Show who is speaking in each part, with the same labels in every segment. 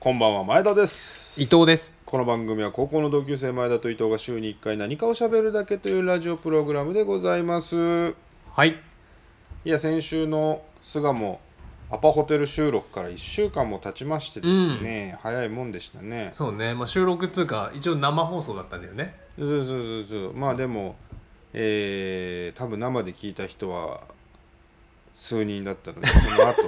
Speaker 1: こんばんは前田です
Speaker 2: 伊藤です
Speaker 1: この番組は高校の同級生前田と伊藤が週に1回何かを喋るだけというラジオプログラムでございます
Speaker 2: はい
Speaker 1: いや先週の巣鴨アパホテル収録から1週間も経ちましてですね、早いもんでしたね
Speaker 2: そうね、まあ、収録っつうか一応生放送だったんだよね
Speaker 1: そうそうそうそうまあでもえー、多分生で聞いた人は数人だったのでその後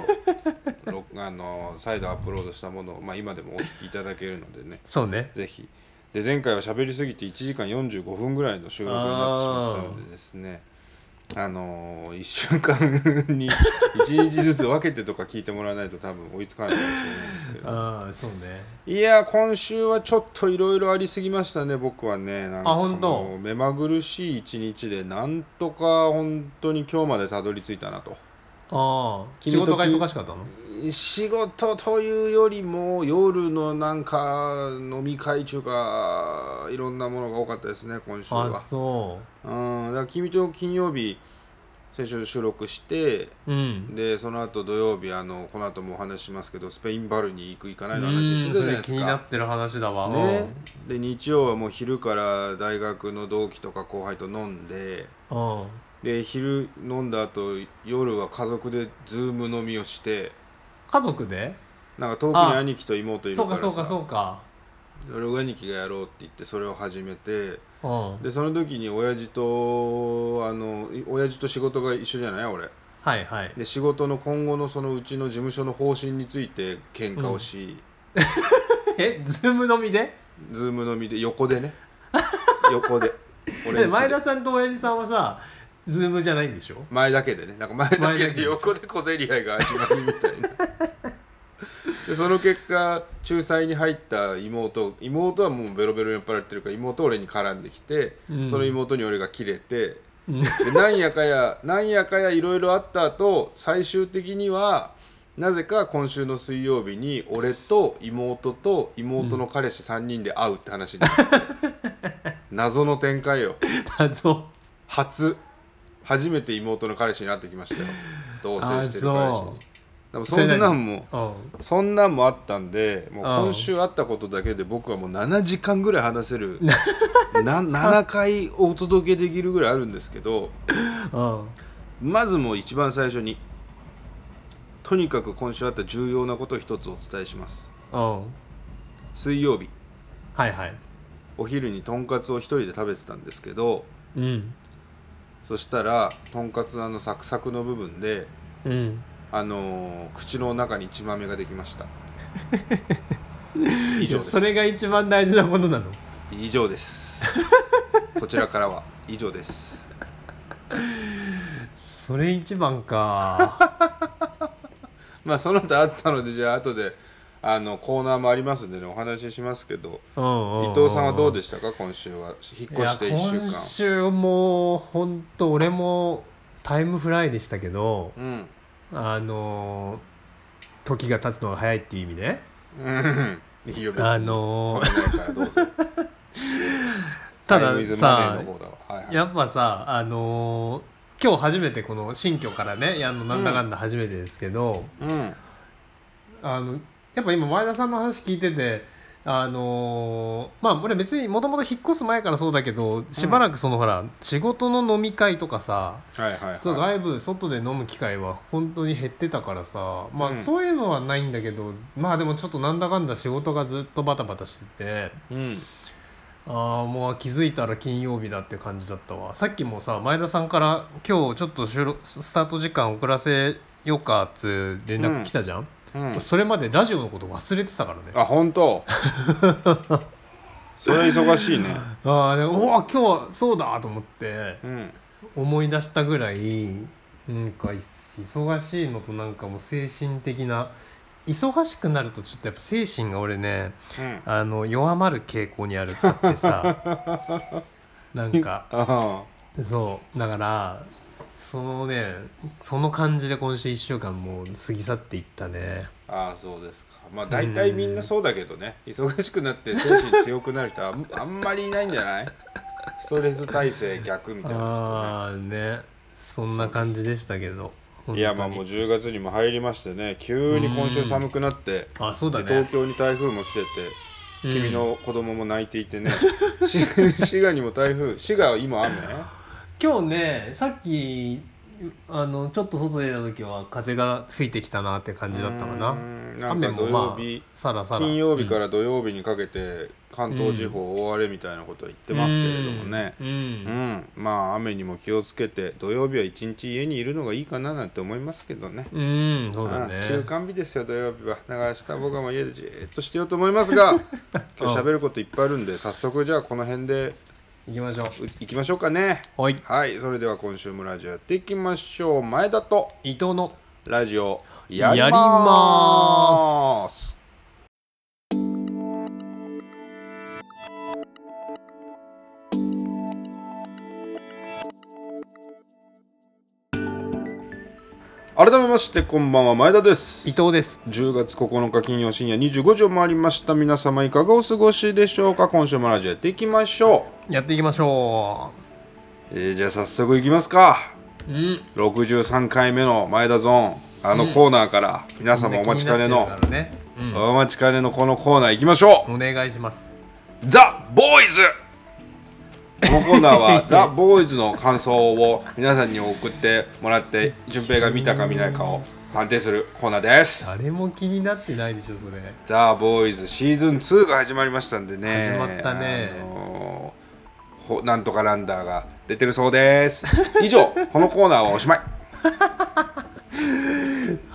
Speaker 1: 録あの再度アップロードしたものを、まあ、今でもお聞きいただけるのでね
Speaker 2: そうね
Speaker 1: ぜひで前回は喋りすぎて1時間45分ぐらいの収録になってしまったのでですねあのー、1週間に1日ずつ分けてとか聞いてもらわないと多分追いつかないかもしれないんですけど
Speaker 2: ああそうね
Speaker 1: いや今週はちょっといろいろありすぎましたね僕はねなんか
Speaker 2: あ本当
Speaker 1: もう目まぐるしい一日でなんとか本当に今日までたどり着いたなと
Speaker 2: ああ仕
Speaker 1: 君と
Speaker 2: 事が忙しかったの
Speaker 1: 仕事というよりも夜のなんか飲み会中かいろんなものが多かったですね今週は
Speaker 2: あそ
Speaker 1: うんだから君と金曜日先週収録して
Speaker 2: ううん
Speaker 1: でその後土曜日あのこの後もお話ししますけどスペインバルに行く行かないの話し
Speaker 2: う
Speaker 1: て
Speaker 2: ん
Speaker 1: たじ
Speaker 2: そ
Speaker 1: ゃない
Speaker 2: れ
Speaker 1: で
Speaker 2: 気
Speaker 1: す
Speaker 2: に
Speaker 1: か
Speaker 2: なってる話だわ
Speaker 1: ね、で日曜はもう昼から大学の同期とか後輩と飲んで
Speaker 2: うんうん
Speaker 1: で昼飲んだ後夜は家族でズーム飲みをして
Speaker 2: 家族で
Speaker 1: なんか遠くに兄貴と妹いる
Speaker 2: そ
Speaker 1: から
Speaker 2: うか
Speaker 1: さ
Speaker 2: そうかそうか
Speaker 1: 俺が兄貴がやろうって言ってそれを始めて
Speaker 2: うん
Speaker 1: でその時に親父とあのい親父と仕事が一緒じゃない俺
Speaker 2: はいはい
Speaker 1: で仕事の今後のそのうちの事務所の方針について喧嘩をし、
Speaker 2: えズーム飲みで
Speaker 1: ズーム飲みで横 でね横で俺んち
Speaker 2: え
Speaker 1: で
Speaker 2: 前田さんと親父さんはさズームじゃないんでしょ
Speaker 1: 前だけでねなんか前だ
Speaker 2: 前
Speaker 1: け
Speaker 2: だけ
Speaker 1: で
Speaker 2: で
Speaker 1: 横で小競り合いが始まるみたいなでその結果仲裁に入った妹妹はもうベロベロ酔っ払ってるから妹は俺に絡んできて、
Speaker 2: うん
Speaker 1: その妹に俺が切れて
Speaker 2: うん
Speaker 1: でなんやかやなんやかやいろいろあった後最終的にはなぜか今週の水曜日に俺と妹と妹の彼氏3人で会うって話になって、謎の展開よ
Speaker 2: 謎
Speaker 1: 初初めて妹の彼氏になってきましたよ同棲してる彼氏
Speaker 2: あ
Speaker 1: に
Speaker 2: そう
Speaker 1: でも
Speaker 2: そ
Speaker 1: そ
Speaker 2: れ
Speaker 1: ん
Speaker 2: 何
Speaker 1: なんも
Speaker 2: うん
Speaker 1: そんなんもあったんでもう
Speaker 2: うん
Speaker 1: 今週あったことだけで僕はもう7時間ぐらい話せ るな7回お届けできるぐらいあるんですけど
Speaker 2: うん
Speaker 1: まずもう一番最初にとにかく今週あった重要なことを一つお伝えします
Speaker 2: うん
Speaker 1: 水曜日
Speaker 2: はいはい
Speaker 1: お昼にとんかつを一人で食べてたんですけど
Speaker 2: うん
Speaker 1: そしたらとんかつのあのサクサクの部分で
Speaker 2: うん
Speaker 1: あのー口の中に血豆ができました 以上です
Speaker 2: それが一番大事なことなの
Speaker 1: 以上ですこちらからは以上です
Speaker 2: それ一番 か
Speaker 1: まあその他あったのでじゃあ後であのコーナーもありますんでねお話ししますけど伊
Speaker 2: 伊
Speaker 1: 藤さんはどう
Speaker 2: で
Speaker 1: でしたか今週は引っ
Speaker 2: い
Speaker 1: 越
Speaker 2: や
Speaker 1: して1週
Speaker 2: 今
Speaker 1: 間
Speaker 2: 週も本当俺もタイムフライでしたけど
Speaker 1: うん
Speaker 2: あのー時が経つのが早いっていう意味で
Speaker 1: うんいいよ別に
Speaker 2: あのー
Speaker 1: 止めないからどうぞ
Speaker 2: ただ
Speaker 1: タイムイズマ
Speaker 2: さ
Speaker 1: ネーの方だわはいはい
Speaker 2: やっぱさあのー今日初めてこの新居からねやんのなんだかんだ初めてですけど、
Speaker 1: うん
Speaker 2: あのやっぱ今前田さんの話聞いててあのーまあ俺別にもともと引っ越す前からそうだけどしばらくそのほら、仕事の飲み会とかさ
Speaker 1: はいはいはい
Speaker 2: そう外部外で飲む機会は本当に減ってたからさま
Speaker 1: う
Speaker 2: あ
Speaker 1: ん
Speaker 2: そういうのはないんだけど、まあでもちょっとなんだかんだ仕事がずっとバタバタしてて
Speaker 1: うん
Speaker 2: ああもう気づいたら金曜日だって感じだったわさっきもさ前田さんから今日ちょっと収録スタート時間遅らせようかっつう連絡来たじゃん、
Speaker 1: うん
Speaker 2: それまでラジオのこと忘れてたからね
Speaker 1: あ本 当それ忙しいね
Speaker 2: ああでもうわ今日はそうだと思って
Speaker 1: うん
Speaker 2: 思い出したぐらいなんかい忙しいのとなんかもう精神的な忙しくなるとちょっとやっぱ精神が俺ね
Speaker 1: うん
Speaker 2: あの弱まる傾向にあるって言ってさ なんか
Speaker 1: あ
Speaker 2: そうだからそのねその感じで今週1週間もう過ぎ去っていったね
Speaker 1: あそうですかまあ大体みんなそうだけどね忙しくなって精神強くなる人はあん あんまりいないんじゃないストレス耐性逆みたいな
Speaker 2: ああねそんな感じでしたけど
Speaker 1: 人ねいやまあもう10月にも入りましてね急に今週寒くなって
Speaker 2: あそうだ
Speaker 1: で
Speaker 2: ね
Speaker 1: 東京に台風も来てて
Speaker 2: うん
Speaker 1: 君の子供も泣いていてね し滋賀にも台風滋賀は今雨
Speaker 2: 今日ねさっきあのちょっと外出た時は風が吹いてきたなって感じだったか
Speaker 1: う
Speaker 2: な
Speaker 1: ーんなん
Speaker 2: 雨
Speaker 1: か
Speaker 2: も
Speaker 1: 土
Speaker 2: ま
Speaker 1: 曜
Speaker 2: あ
Speaker 1: 日、
Speaker 2: さらさら
Speaker 1: 金曜日からら土曜日にかけて関東地方大荒れみたいなことは言ってますけれどもね
Speaker 2: うん、
Speaker 1: うん、まあ雨にも気をつけて土曜日は一日家にいるのがいいかななんて思いますけどね
Speaker 2: うんうんそうだ
Speaker 1: ああ休
Speaker 2: ね
Speaker 1: 館日ですよ土曜日はだから明日僕はもう家でじーっとしてようと思います が今日喋ることいっぱいあるんで早速じゃあこの辺で
Speaker 2: 行きましょ
Speaker 1: ういきましょうかね
Speaker 2: うはい
Speaker 1: はいそれでは今週もラジオやっていきましょう前田と
Speaker 2: 伊藤の
Speaker 1: ラジオ
Speaker 2: やりまーす
Speaker 1: す改めましてこんばんは前田です
Speaker 2: 伊藤です
Speaker 1: 10月9日金曜深夜25時を回りました皆様いかがお過ごしでしょうか今週もラジオやっていきましょ
Speaker 2: やっていきましょ
Speaker 1: う、えーじゃあ早速いきますか
Speaker 2: ううん
Speaker 1: 63回目の前田ゾーンあのコーナーから、皆様お待ちかねの
Speaker 2: 気になってるからねうん
Speaker 1: お待ちかねのこのコーナー行きましょう、
Speaker 2: お願いします
Speaker 1: ザ・ボーイズこのコーナー はザ・ボーイズの感想を皆さんに送ってもらって順平が見たか見ないかを判定するコーナーです
Speaker 2: 誰も気になってないでしょそれ
Speaker 1: ザ・ボーイズシーズン2が始まりましたんでね
Speaker 2: 始まったね
Speaker 1: あのーほなんとかランダーが出てるそうです 以上このコーナーはおしまい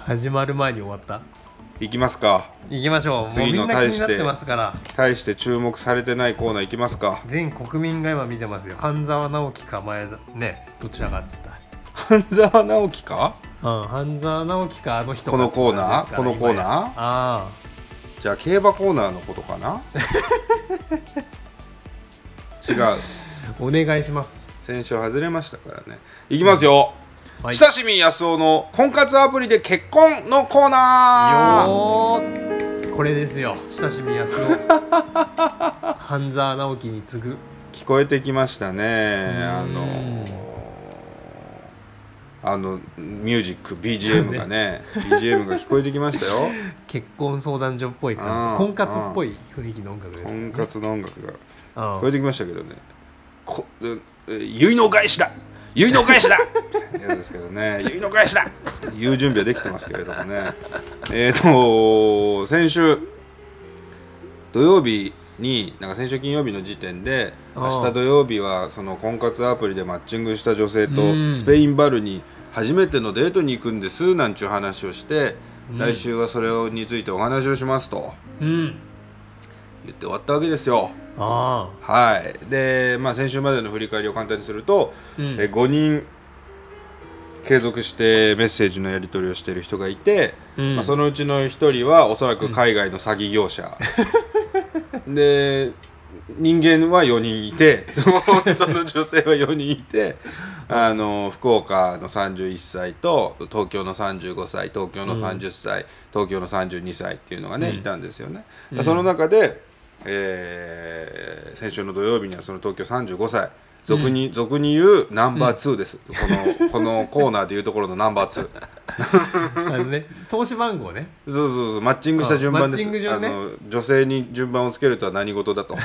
Speaker 2: 始まる前に終わった
Speaker 1: いきますか
Speaker 2: 行きましょうもう
Speaker 1: 次
Speaker 2: み
Speaker 1: の
Speaker 2: んな気
Speaker 1: 対
Speaker 2: に
Speaker 1: し
Speaker 2: なっててますから
Speaker 1: 対して注目されてないコーナーいきますか
Speaker 2: 全国民が今見てますよ半沢直樹か前田ねどちらかっつった
Speaker 1: 半沢直樹か
Speaker 2: うん、半沢直樹かあの人か
Speaker 1: このコーナー
Speaker 2: って
Speaker 1: こ
Speaker 2: 感じ
Speaker 1: の
Speaker 2: です
Speaker 1: コ
Speaker 2: から
Speaker 1: ーナー
Speaker 2: 今やあ
Speaker 1: じゃあ競馬コーナーのことか な違う
Speaker 2: あお願いします
Speaker 1: 先週外れましたからねいきますよ、
Speaker 2: はい
Speaker 1: 親しみやすおの婚活アプリで結婚のコーナー
Speaker 2: よーこれですよ親しみやす お半沢直樹に次ぐ
Speaker 1: 聞こえてきましたね
Speaker 2: ん
Speaker 1: あのあのミュージック BGM がね BGM が聞こえてきましたよ
Speaker 2: 結婚相談所っぽい感じ
Speaker 1: うん
Speaker 2: 婚活っぽい雰囲気の音楽です、
Speaker 1: 婚活の音楽が
Speaker 2: うん
Speaker 1: 超えてきましたけどねこええ結納返しだ結納返しだってやつですけどね結納返しだっていう準備はできてますけれどもね えっ、と先週土曜日になんか先週金曜日の時点で
Speaker 2: ああ
Speaker 1: 明日土曜日はその婚活アプリでマッチングした女性
Speaker 2: う
Speaker 1: と
Speaker 2: ん
Speaker 1: スペインバルに初めてのデートに行くんですなんちゅう話をして
Speaker 2: うん
Speaker 1: 来週はそれをについてお話をしますと
Speaker 2: うん
Speaker 1: 言って終わったわけですよ。
Speaker 2: あ
Speaker 1: はい、で、まあ、先週までの振り返りを簡単にすると、
Speaker 2: あうん
Speaker 1: え5人継続してメッセージのやり取りをしている人がいて、
Speaker 2: うん
Speaker 1: まあ、そのうちの1人はおそらく海外の詐欺業 者、で人間は4人い てそのその女性は4人いてあの福岡の31歳と東京の35歳東京の30歳、東京の32歳っていうのがね、
Speaker 2: うん
Speaker 1: いたんですよね。
Speaker 2: うん
Speaker 1: その中で、えー先週の土曜日にはその東京35歳俗に,、俗に言うナンバー2です、このこのコーナーでいうところのナンバー2
Speaker 2: あのね投資番号ね
Speaker 1: そうそうそうマッチングした順番です
Speaker 2: あマッチング順ね
Speaker 1: の女性に順番をつけるとは何事 だと、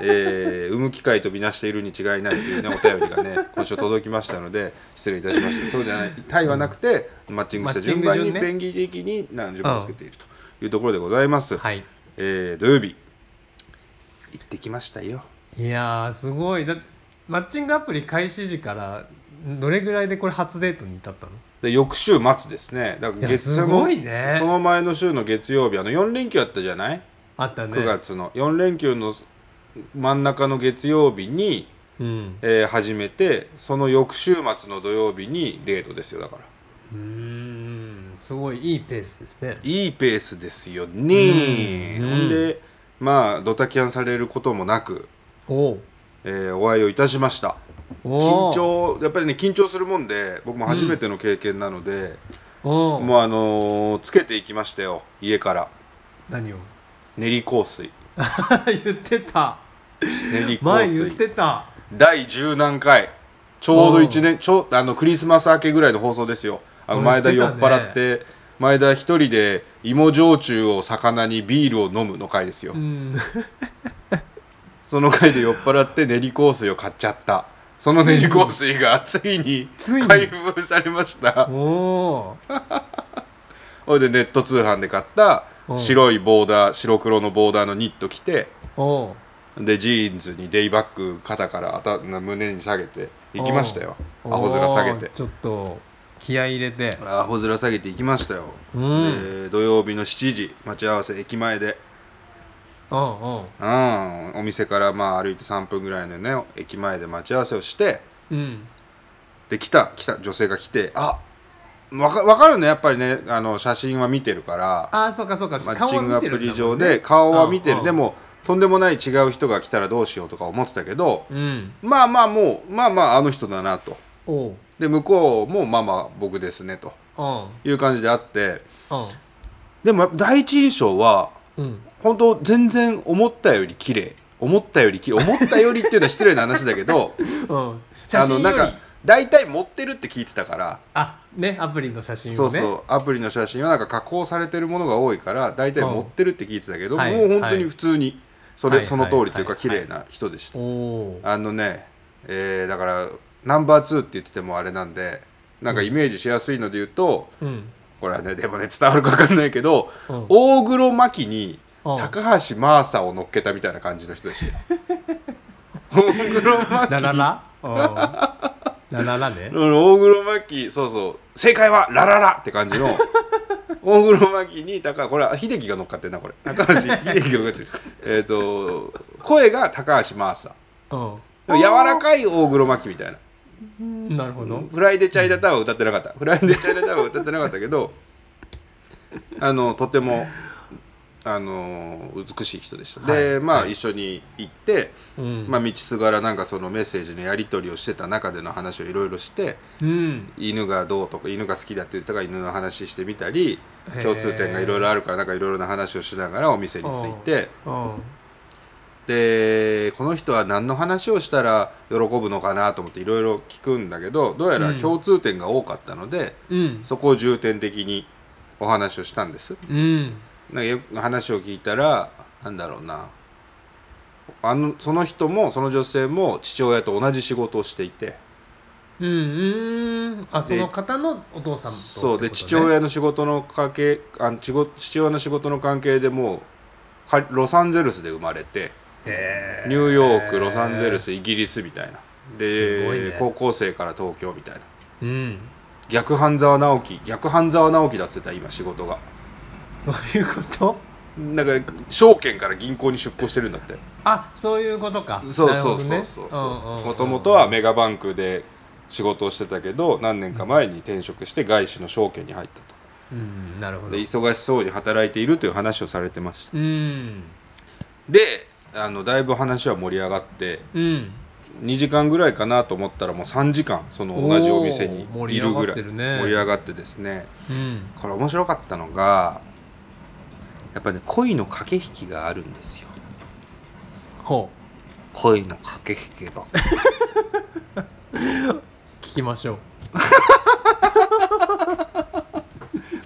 Speaker 1: えー産む機会とみなしているに違いないという、ね、お便りが ね今週届きましたので失礼いたしましたそうじゃないタイはなくてマッチングした順番に
Speaker 2: マッチン
Speaker 1: 便宜的にな順番をつけているというところでございます、
Speaker 2: はい
Speaker 1: えー土曜日行ってきましたよ
Speaker 2: いやーすごいだってマッチングアプリ開始時からどれぐらいでこれ初デートに至ったの
Speaker 1: で翌週末ですねだから
Speaker 2: いや
Speaker 1: 月
Speaker 2: すごいね
Speaker 1: その前の週の月曜日あの4連休やったじゃない
Speaker 2: あったね
Speaker 1: 9月の4連休の真ん中の月曜日に、
Speaker 2: うん
Speaker 1: えー始めてその翌週末の土曜日にデートですよだから
Speaker 2: うーんすごいいいペースですね。
Speaker 1: いいペースですよね
Speaker 2: うん
Speaker 1: ほんでまあドタキャンされることもなく、
Speaker 2: おう
Speaker 1: えーお会いをいたしました
Speaker 2: お
Speaker 1: 緊張
Speaker 2: う
Speaker 1: やっぱりね緊張するもんで僕も初めての経験なので、
Speaker 2: おう
Speaker 1: もうあのーつけていきましたよ家から
Speaker 2: 何を
Speaker 1: 練り香水
Speaker 2: 言ってた
Speaker 1: 練り香
Speaker 2: 前言っ
Speaker 1: 水
Speaker 2: てた
Speaker 1: 第十何回ちょうど1年ちょあのクリスマス明けぐらいの放送ですよあ
Speaker 2: 俺
Speaker 1: 前田酔
Speaker 2: 言っ
Speaker 1: って
Speaker 2: たね
Speaker 1: 払って、前田一人で芋焼酎を魚にビールを飲むの回ですよ、
Speaker 2: うん、
Speaker 1: その回で酔っ払って練り香水を買っちゃったその練り香水がついに
Speaker 2: ついに
Speaker 1: 開封されました
Speaker 2: おおー
Speaker 1: ほいでネット通販で買った
Speaker 2: うん
Speaker 1: 白いボーダー白黒のボーダーのニット着て
Speaker 2: おー
Speaker 1: でジーンズにデイバッグ肩からあた胸に下げて行きましたよアホ面下げ
Speaker 2: おー
Speaker 1: て
Speaker 2: ちょっと気合い入れて
Speaker 1: アホ面下げて行きましたよ、
Speaker 2: うん
Speaker 1: で土曜日の7時待ち合わせ駅前で、
Speaker 2: うんうん
Speaker 1: うん、お店からまあ歩いて3分ぐらいのね駅前で待ち合わせをして
Speaker 2: うん
Speaker 1: で来た来た女性が来てあわかわかるねやっぱりねあの写真は見てるから
Speaker 2: ああそうかそうか
Speaker 1: マッ
Speaker 2: 顔
Speaker 1: チ
Speaker 2: は
Speaker 1: ングア
Speaker 2: 見て
Speaker 1: プ
Speaker 2: るんだもん
Speaker 1: リ
Speaker 2: ね
Speaker 1: 上で顔は見てる、
Speaker 2: うん
Speaker 1: でもとんでもない違う人が来たらどうしようとか思ってたけど、
Speaker 2: うん
Speaker 1: まあまあもうまあまああの人だなと
Speaker 2: おう
Speaker 1: で向こうもまあまあ僕ですねと
Speaker 2: うん
Speaker 1: いう感じであって
Speaker 2: う
Speaker 1: でも第一印象は
Speaker 2: んうん
Speaker 1: 本当全然思ったより綺麗思ったより 綺麗思ったよりっていうのは失礼な話だけど
Speaker 2: うん写真より
Speaker 1: あのなんか大体持ってるって聞いてたから、
Speaker 2: あねアプリの写真をね
Speaker 1: そうそうアプリの写真はなんか加工されてるものが多いから大体持ってるって聞いてたけど、
Speaker 2: うんはい
Speaker 1: もう本当に普通にそれ、
Speaker 2: はい
Speaker 1: その通りというか
Speaker 2: はい
Speaker 1: 綺麗な人でした、
Speaker 2: おお
Speaker 1: あのね、えーだからナンバー2って言っててもあれなんでなんかイメージしやすいので言うと、
Speaker 2: うん
Speaker 1: これはねでもね伝わるか分かんないけど、
Speaker 2: うん
Speaker 1: 大黒摩季に
Speaker 2: うん
Speaker 1: 高橋真ーサを乗っけたみたいな感じの人でしたよ 大黒摩
Speaker 2: ラ
Speaker 1: 季
Speaker 2: ララうんラララね
Speaker 1: 大黒摩季そうそう正解はラララって感じの大黒摩季に高これは秀樹が乗っかってんなこれ高橋秀樹が乗っかってるえっと声が高橋真ーサ
Speaker 2: うん
Speaker 1: でも柔らかい大黒摩季みたいな
Speaker 2: なるほど
Speaker 1: フライデチャイナタウンは歌ってなかった。フライデチャイナタウンは歌ってなかったけ ど、あのとてもあの美しい人でした。で、まあ、一緒に行って、
Speaker 2: うん
Speaker 1: まあ道すがらなんかそのメッセージのやり取りをしてた中での話をいろいろして、
Speaker 2: うん
Speaker 1: 犬がどうとか犬が好きだって言ったから犬の話してみたり、
Speaker 2: へー
Speaker 1: 共通点がいろいろあるからなんかいろいろな話をしながらお店に着いて。
Speaker 2: うん
Speaker 1: でこの人は何の話をしたら喜ぶのかなと思っていろいろ聞くんだけどどうやら共通点が多かったので、
Speaker 2: うん
Speaker 1: そこを重点的にお話をしたんです
Speaker 2: うん
Speaker 1: なんかよく話を聞いたらなんだろうなあのその人もその女性も父親と同じ仕事をしていて
Speaker 2: うんうんあその方のお父さんと
Speaker 1: そうで
Speaker 2: ってことね
Speaker 1: 父親の仕事の関係あちご父親の仕事の関係でもうかロサンゼルスで生まれて
Speaker 2: へ
Speaker 1: ニューヨークロサンゼルスイギリスみたいな
Speaker 2: すごい
Speaker 1: で、
Speaker 2: ね
Speaker 1: 高校生から東京みたいな
Speaker 2: うん
Speaker 1: 逆半沢直樹逆半沢直樹だっつってた今仕事が
Speaker 2: どういうこと
Speaker 1: だから証券から銀行に出向してるんだって
Speaker 2: あそういうことか
Speaker 1: そうそう
Speaker 2: な
Speaker 1: そう
Speaker 2: る
Speaker 1: そう
Speaker 2: ほどね
Speaker 1: もともとはメガバンクで仕事をしてたけど何年か前に転職して外資の証券に入ったと
Speaker 2: うんうんなるほど
Speaker 1: で忙しそうに働いているという話をされてました
Speaker 2: うん
Speaker 1: であのだいぶ話は盛り上がって
Speaker 2: うん
Speaker 1: 2時間ぐらいかなと思ったらもう3時間その同じお店に
Speaker 2: おー
Speaker 1: いるぐらい
Speaker 2: 盛り上がってるね
Speaker 1: 盛り上がってですね
Speaker 2: うん
Speaker 1: これ面白かったのがやっぱね恋の駆け引きがあるんですよ
Speaker 2: ほう
Speaker 1: 恋の駆け引きが
Speaker 2: 聞きましょ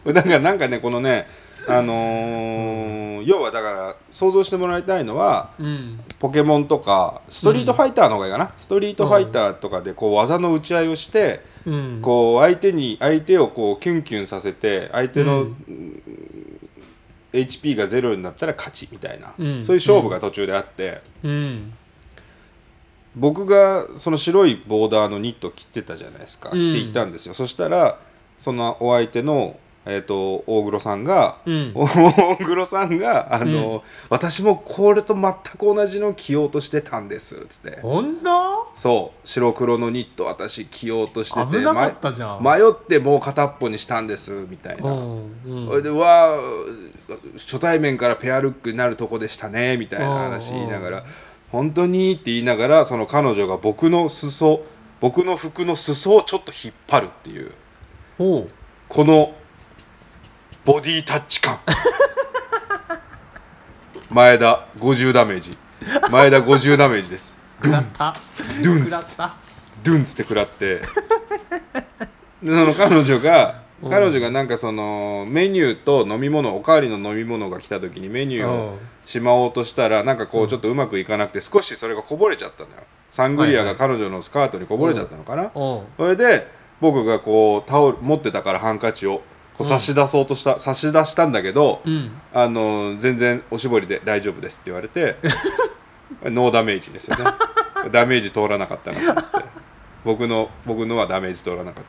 Speaker 2: う
Speaker 1: だからなん かねこのねあのー要はだから想像してもらいたいのは
Speaker 2: うん
Speaker 1: ポケモンとかストリートファイターの方がいいかな、ストリートファイターとかでこう技の打ち合いをして、
Speaker 2: うん
Speaker 1: こう相手に相手をこうキュンキュンさせて相手の、
Speaker 2: うん
Speaker 1: うん HP がゼロになったら勝ちみたいな、
Speaker 2: うん
Speaker 1: そういう勝負が途中であって、
Speaker 2: うん
Speaker 1: 僕がその白いボーダーのニットを着てたじゃないですか、
Speaker 2: うん
Speaker 1: 着ていったんですよそしたらそのお相手の、えー、と大黒さんが、
Speaker 2: うん
Speaker 1: 大黒さんがあの、私もこれと全く同じの着ようとしてたんです」つって
Speaker 2: 本当
Speaker 1: そう白黒のニット私着ようとしてて
Speaker 2: 危なかったじゃん
Speaker 1: ま迷ってもう片っぽにしたんですみたいうな。
Speaker 2: んうん
Speaker 1: それでうわー初対面からペアルックになるとこでしたねみたいな話言いなが
Speaker 2: うん
Speaker 1: ら「本当に?」って言いながらその彼女が僕の裾僕の服の裾をちょっと引っ張るっていう
Speaker 2: ほ
Speaker 1: このボディタッチ感 前田50ダメージ前田50ダメージです
Speaker 2: う食らった
Speaker 1: ドゥン
Speaker 2: 食
Speaker 1: つ
Speaker 2: ら
Speaker 1: っ
Speaker 2: った
Speaker 1: てドゥンつって食らってでその彼女が
Speaker 2: うん
Speaker 1: 彼女がなんかそのメニューと飲み物おかわりの飲み物が来た時にメニューをしまおうとしたらなんかこうちょっとうまくいかなくて少しそれがこぼれちゃったのよサングリアが彼女のスカートにこぼれちゃったのかな、
Speaker 2: うんうん
Speaker 1: それで僕がこうタオル持ってたからハンカチをこう差し出そうとした、差し出したんだけど、
Speaker 2: うん
Speaker 1: あの全然おしぼりで大丈夫ですって言われ てノーダメージですよねダメージ通らなかったなと思って僕の僕のはダメージ通らなかっ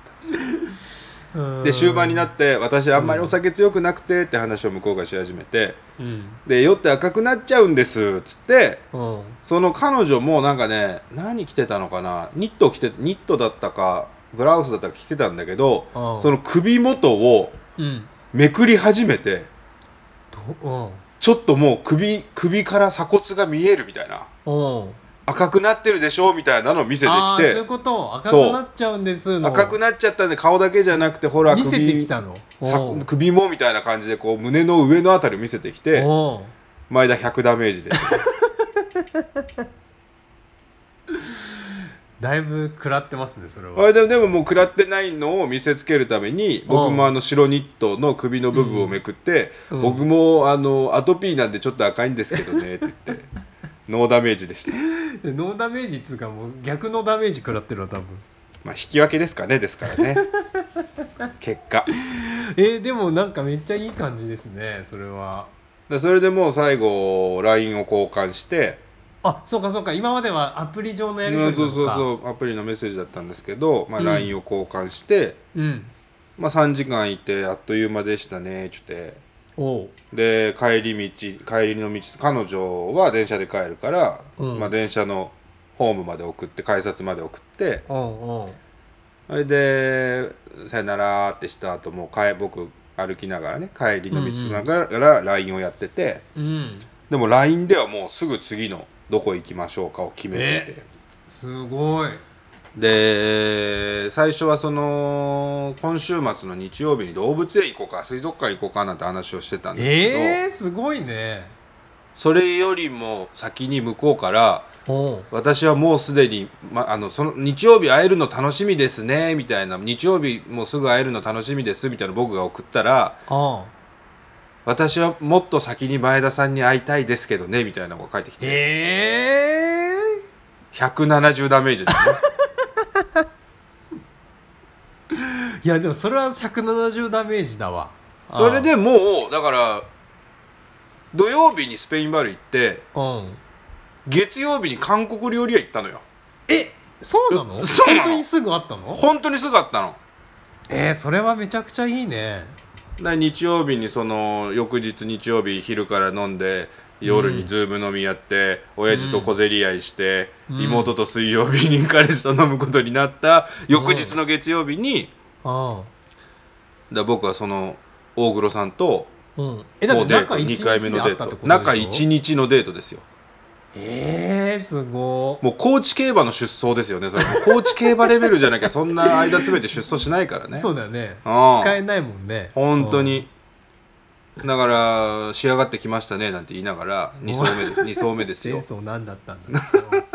Speaker 1: た
Speaker 2: うん
Speaker 1: で終盤になって私あんまりお酒強くなくてって話を向こうがし始めて
Speaker 2: うん
Speaker 1: で酔って赤くなっちゃうんですっつって
Speaker 2: うん
Speaker 1: その彼女もなんかね何着てたのかなニット着てニットだったかブラウスだったか着てたんだけど
Speaker 2: うん
Speaker 1: その首元を
Speaker 2: うん
Speaker 1: めくり始めて
Speaker 2: ど
Speaker 1: ちょっともう首首から鎖骨が見えるみたいな
Speaker 2: うんうん
Speaker 1: 赤くなってるでしょみたいなのを見せて
Speaker 2: あ
Speaker 1: き
Speaker 2: あーそういう
Speaker 1: て
Speaker 2: こと赤く
Speaker 1: そう
Speaker 2: なっちゃうんですの
Speaker 1: 赤くなっちゃったんで顔だけじゃなくてほら
Speaker 2: 見せてき
Speaker 1: 首
Speaker 2: たの
Speaker 1: さ
Speaker 2: うん
Speaker 1: 首もみたいな感じでこう胸の上のあたりを見せてきて
Speaker 2: うん
Speaker 1: 前田100ダメージです
Speaker 2: だいぶ食らってますねそれ
Speaker 1: あ
Speaker 2: は
Speaker 1: れでもでももう食らってないのを見せつけるために僕もあの白ニットの首の部分をめくって、
Speaker 2: うん
Speaker 1: 僕もあのアトピーなんでちょっと赤いんですけどねって言ってノーダメージでした、
Speaker 2: でノーダメージっつうかもう逆のダメージ食らってるわ多分
Speaker 1: まあ、引き分けですかねですから ね結果
Speaker 2: えー、でもなんかめっちゃいい感じですねそれは
Speaker 1: でそれでもう最後 LINE を交換して
Speaker 2: あそうかそうか今まではアプリ上のやり取
Speaker 1: う
Speaker 2: り
Speaker 1: ん
Speaker 2: なの
Speaker 1: そう
Speaker 2: か
Speaker 1: そうそうアプリのメッセージだったんですけど、まあ、
Speaker 2: うん
Speaker 1: LINE を交換して、
Speaker 2: うん
Speaker 1: まあ、3時間いてあっという間でしたねっつって
Speaker 2: おう
Speaker 1: で帰り道帰りの道彼女は電車で帰るから、
Speaker 2: うん
Speaker 1: まあ、電車のホームまで送って改札まで送って
Speaker 2: おうおう
Speaker 1: それで「さよなら」ってした後もう帰僕歩きながらね帰りの道ながら LINE をやってて、
Speaker 2: うん
Speaker 1: でも LINE ではもうすぐ次のどこ行きましょうかを決めてて。
Speaker 2: すごい
Speaker 1: で最初はその今週末の日曜日に動物園行こうか水族館行こうかなんて話をしてたんですけど、
Speaker 2: えー、すごいね
Speaker 1: それよりも先に向こうから
Speaker 2: おう
Speaker 1: 私はもうすでに、ま、あのその日曜日会えるの楽しみですねみたいな日曜日もうすぐ会えるの楽しみですみたいな僕が送ったら
Speaker 2: おう
Speaker 1: 私はもっと先に前田さんに会いたいですけどねみたいなのが返ってきて
Speaker 2: えー、
Speaker 1: 170ダメージですね
Speaker 2: いやでもそれは170ダメージだわ
Speaker 1: それでもうだから土曜日にスペインバル行って
Speaker 2: うん
Speaker 1: 月曜日に韓国料理屋行ったのよ
Speaker 2: えそうなの
Speaker 1: そうなの
Speaker 2: 本当にすぐあったの
Speaker 1: 本当にすぐあったの
Speaker 2: えー、それはめちゃくちゃいいね
Speaker 1: で日曜日にその翌日日曜日昼から飲んで夜にズーム飲みやって、親父と小競り合いして、
Speaker 2: うん
Speaker 1: 妹と水曜日に彼氏と飲むことになった翌日の月曜日に、
Speaker 2: うん
Speaker 1: だ僕はその大黒さんと
Speaker 2: うんえだ
Speaker 1: も
Speaker 2: から
Speaker 1: うデート
Speaker 2: 中
Speaker 1: 2回目
Speaker 2: 1日で
Speaker 1: の
Speaker 2: あ
Speaker 1: デ
Speaker 2: ったって
Speaker 1: ート
Speaker 2: ことでしょ
Speaker 1: 中1日のデートですよ
Speaker 2: えー、すごい
Speaker 1: もう高知競馬の出走ですよねそれもう高知競馬レベルじゃなきゃそんな間詰めて出走しないからね
Speaker 2: そうだよね
Speaker 1: うん
Speaker 2: 使えないもんね
Speaker 1: 本当にだから仕上がってきましたねなんて言いながら2層目です2層目です
Speaker 2: チ ェー
Speaker 1: よ
Speaker 2: ンソー何だったんだ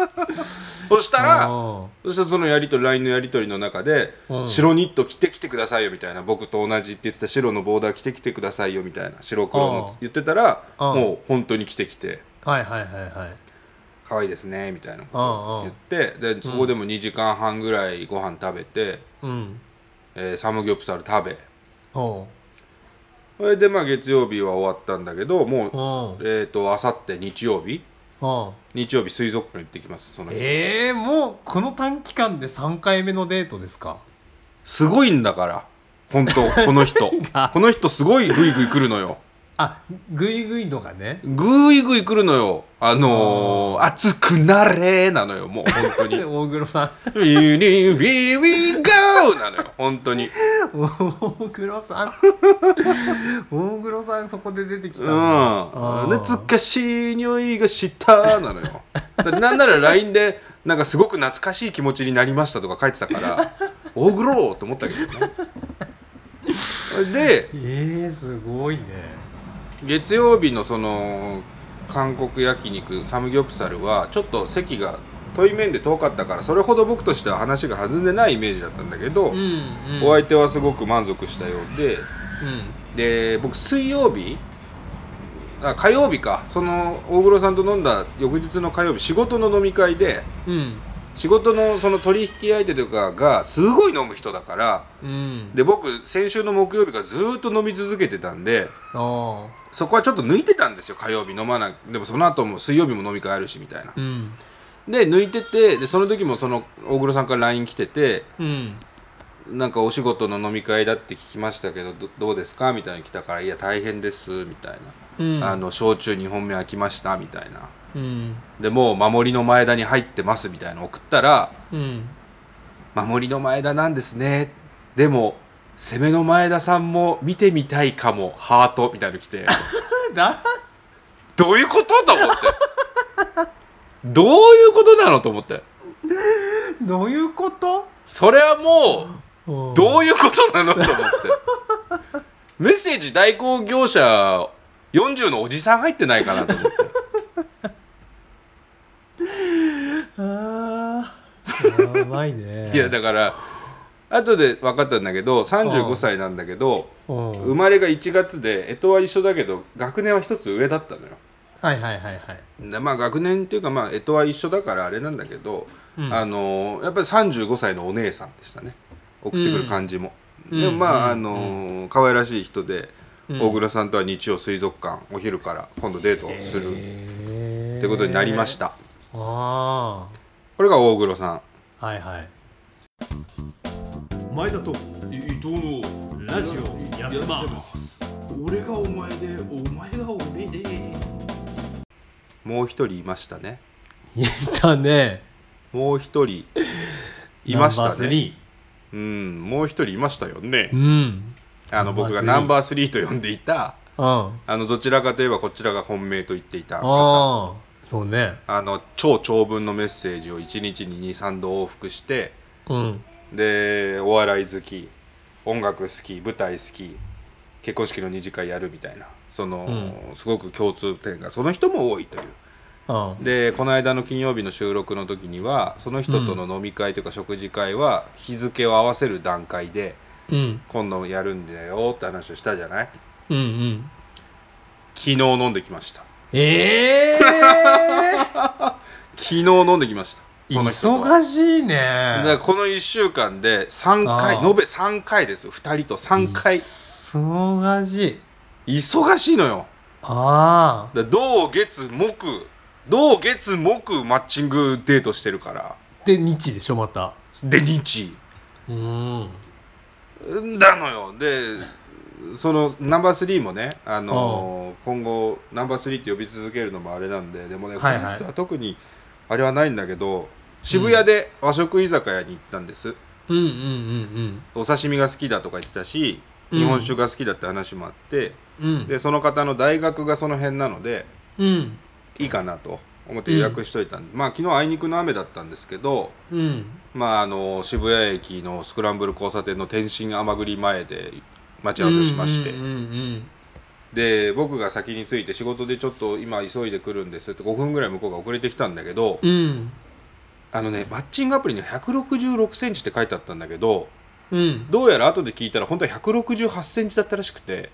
Speaker 1: そしたら
Speaker 2: ろ
Speaker 1: そしたらそのやりとり LINE のやり取りの中で、
Speaker 2: うん
Speaker 1: 白ニット着てきてくださいよみたいな僕と同じって言ってた白のボーダー着てきてくださいよみたいな白黒
Speaker 2: ああ
Speaker 1: の言ってたら
Speaker 2: ああ
Speaker 1: もう本当に着てきて
Speaker 2: うはいはいはいはい
Speaker 1: 可愛いですねみたいなこと
Speaker 2: あ
Speaker 1: 言ってでそこでも2時間半ぐらいご飯食べて、
Speaker 2: あうん
Speaker 1: えーサムギョプサル食べ
Speaker 2: おう
Speaker 1: それでまあ月曜日は終わったんだけどもう
Speaker 2: おう
Speaker 1: えっ、とあさって日曜日
Speaker 2: おう
Speaker 1: 日曜日水族館行ってきますその日
Speaker 2: ええー、もうこの短期間で3回目のデートですか
Speaker 1: すごいんだから本当この 人
Speaker 2: が
Speaker 1: この人すごいグイグイ来るのよ
Speaker 2: あグイグイのがね
Speaker 1: グイグイ来るのよあのー、熱くなれなのよもう本当に
Speaker 2: で大黒さん
Speaker 1: 「ウィーリーウィーウィーゴー」なのよ本当に
Speaker 2: 大黒さ ん大黒さんそこで出てきた
Speaker 1: うん
Speaker 2: だあー
Speaker 1: 懐かしい匂いがしたなのよだってなんなら LINE でなんかすごく懐かしい気持ちになりましたとか書いてたから「大黒!」と思ったけどねで
Speaker 2: えー、すごいね
Speaker 1: 月曜日のその韓国焼肉サムギョプサルはちょっと席が対面で遠かったからそれほど僕としては話が弾んでないイメージだったんだけど、
Speaker 2: うんうん
Speaker 1: お相手はすごく満足したようでで僕水曜日あ火曜日かその大黒さんと飲んだ翌日の火曜日仕事の飲み会で
Speaker 2: うんうん
Speaker 1: 仕事のその取引相手とかがすごい飲む人だから
Speaker 2: うん
Speaker 1: で僕先週の木曜日からずーっと飲み続けてたんで
Speaker 2: ああ
Speaker 1: そこはちょっと抜いてたんですよ火曜日飲まなでもその後も水曜日も飲み会あるしみたいな
Speaker 2: うん
Speaker 1: で抜いててでその時もその大黒さんから LINE 来てて
Speaker 2: うん
Speaker 1: なんかお仕事の飲み会だって聞きましたけどどどうですかみたいに来たから「いや大変です」みたい
Speaker 2: うん
Speaker 1: な「あの焼酎2本目開きました」みたいな
Speaker 2: うん
Speaker 1: でもう守りの前田に入ってますみたいなの送ったら
Speaker 2: うん
Speaker 1: 「守りの前田なんですね」でも攻めの前田さんも見てみたいかもハートみたいなの来て
Speaker 2: だ
Speaker 1: どういうことと思ってどういうことなのと思って
Speaker 2: どういうこと
Speaker 1: それはもうど
Speaker 2: う
Speaker 1: ういうことなのと思ってメッセージ代行業者40のおじさん入ってないかなと思って
Speaker 2: あーやばいね
Speaker 1: いやだから後で分かったんだけど
Speaker 2: う
Speaker 1: 35
Speaker 2: ん
Speaker 1: 歳なんだけど
Speaker 2: うん
Speaker 1: 生まれが1月で干支は一緒だけど学年は一つ上だったのよ
Speaker 2: はいはいはいはい
Speaker 1: でまあ学年っていうかまあ干支は一緒だからあれなんだけど、
Speaker 2: うん
Speaker 1: あのーやっぱり35歳のお姉さんでしたね送ってくる感じも、
Speaker 2: うん
Speaker 1: でもまあ、
Speaker 2: うん
Speaker 1: あのー可愛らしい人で、
Speaker 2: うん
Speaker 1: 大黒さんとは日曜水族館お昼から今度デートをする
Speaker 2: へー
Speaker 1: ってことになりました、
Speaker 2: あ
Speaker 1: これが大黒さん
Speaker 2: あはいはい
Speaker 3: 前田と伊藤のラジオやってます俺がお前でお前が俺で
Speaker 1: もう一人いましたね
Speaker 2: いたね
Speaker 1: もう一人いまし
Speaker 2: ナン
Speaker 1: た
Speaker 2: バース
Speaker 1: ね
Speaker 2: リ
Speaker 1: うんもう一人いましたよね
Speaker 2: ーうん
Speaker 1: あの僕がナ
Speaker 2: ナ
Speaker 1: ン
Speaker 2: ン
Speaker 1: バースリーと呼んでいた
Speaker 2: うんあ
Speaker 1: あのどちらかといえばこちらが本命と言っていた方
Speaker 2: あそうね
Speaker 1: あの超長文のメッセージを1日に23度往復して
Speaker 2: うん
Speaker 1: でお笑い好き音楽好き舞台好き結婚式の二次会やるみたいなその、すごく共通点がその人も多いという
Speaker 2: うん
Speaker 1: でこの間の金曜日の収録の時にはその人との飲み会というか食事会は日付を合わせる段階で
Speaker 2: うん
Speaker 1: 今度やるんだよって話をしたじゃない
Speaker 2: うんうん
Speaker 1: 昨日飲んできました
Speaker 2: ええ
Speaker 1: 昨日飲んできましたこの人と
Speaker 2: 忙しい
Speaker 1: だから
Speaker 2: ね
Speaker 1: この1週間で3回
Speaker 2: あ
Speaker 1: 延
Speaker 2: ー
Speaker 1: べ3回ですよ2人と3回
Speaker 2: 忙しい
Speaker 1: 忙しいのよ
Speaker 2: ああ
Speaker 1: だから同月木同月木マッチングデートしてるから
Speaker 2: で日でしょまた
Speaker 1: で日
Speaker 2: うん
Speaker 1: なのよでそのナンバー3もね、あのー今後ナンバー3って呼び続けるのもあれなんででもね、
Speaker 2: はいはい
Speaker 1: この人は特にあれはないんだけど渋谷で和食居酒屋に行ったんです、
Speaker 2: うんうんうん
Speaker 1: お刺身が好きだとか言ってたし
Speaker 2: うん
Speaker 1: 日本酒が好きだって話もあって、
Speaker 2: うんうん
Speaker 1: でその方の大学がその辺なので
Speaker 2: うん
Speaker 1: いいかなと思って予約しといたんで、まあ昨日あいにくの雨だったんですけど
Speaker 2: うん
Speaker 1: まああの渋谷駅のスクランブル交差点の天津甘栗前で待ち合わせしまして、
Speaker 2: うんうん
Speaker 1: で僕が先に着いて仕事でちょっと今急いで来るんですって5分ぐらい向こうが遅れてきたんだけど、
Speaker 2: うんうん
Speaker 1: あのねマッチングアプリに1 6 6ンチって書いてあったんだけど
Speaker 2: うん
Speaker 1: どうやら後で聞いたら本当は1 6 8ンチだったらしくて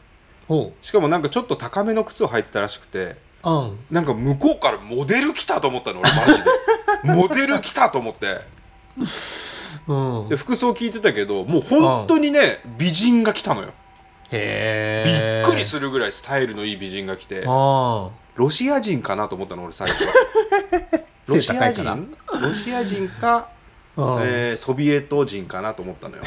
Speaker 2: ほ
Speaker 1: しかもなんかちょっと高めの靴を履いてたらしくて
Speaker 2: ううん
Speaker 1: なんか向こうからモデル来たと思ったの俺マジで モデル来たと思って
Speaker 2: うん
Speaker 1: で服装聞いてたけどもう本当にね美人が来たのよ
Speaker 2: へ
Speaker 1: び
Speaker 2: え
Speaker 1: っくりするぐらいスタイルのいい美人が来て
Speaker 2: あ
Speaker 1: ロシア人かなと思ったの俺最初
Speaker 2: 背
Speaker 1: ロシ
Speaker 2: 高
Speaker 1: ア
Speaker 2: いかな
Speaker 1: 人ロシア人か、
Speaker 2: あうん
Speaker 1: えーソビエト人かなと思ったのよ、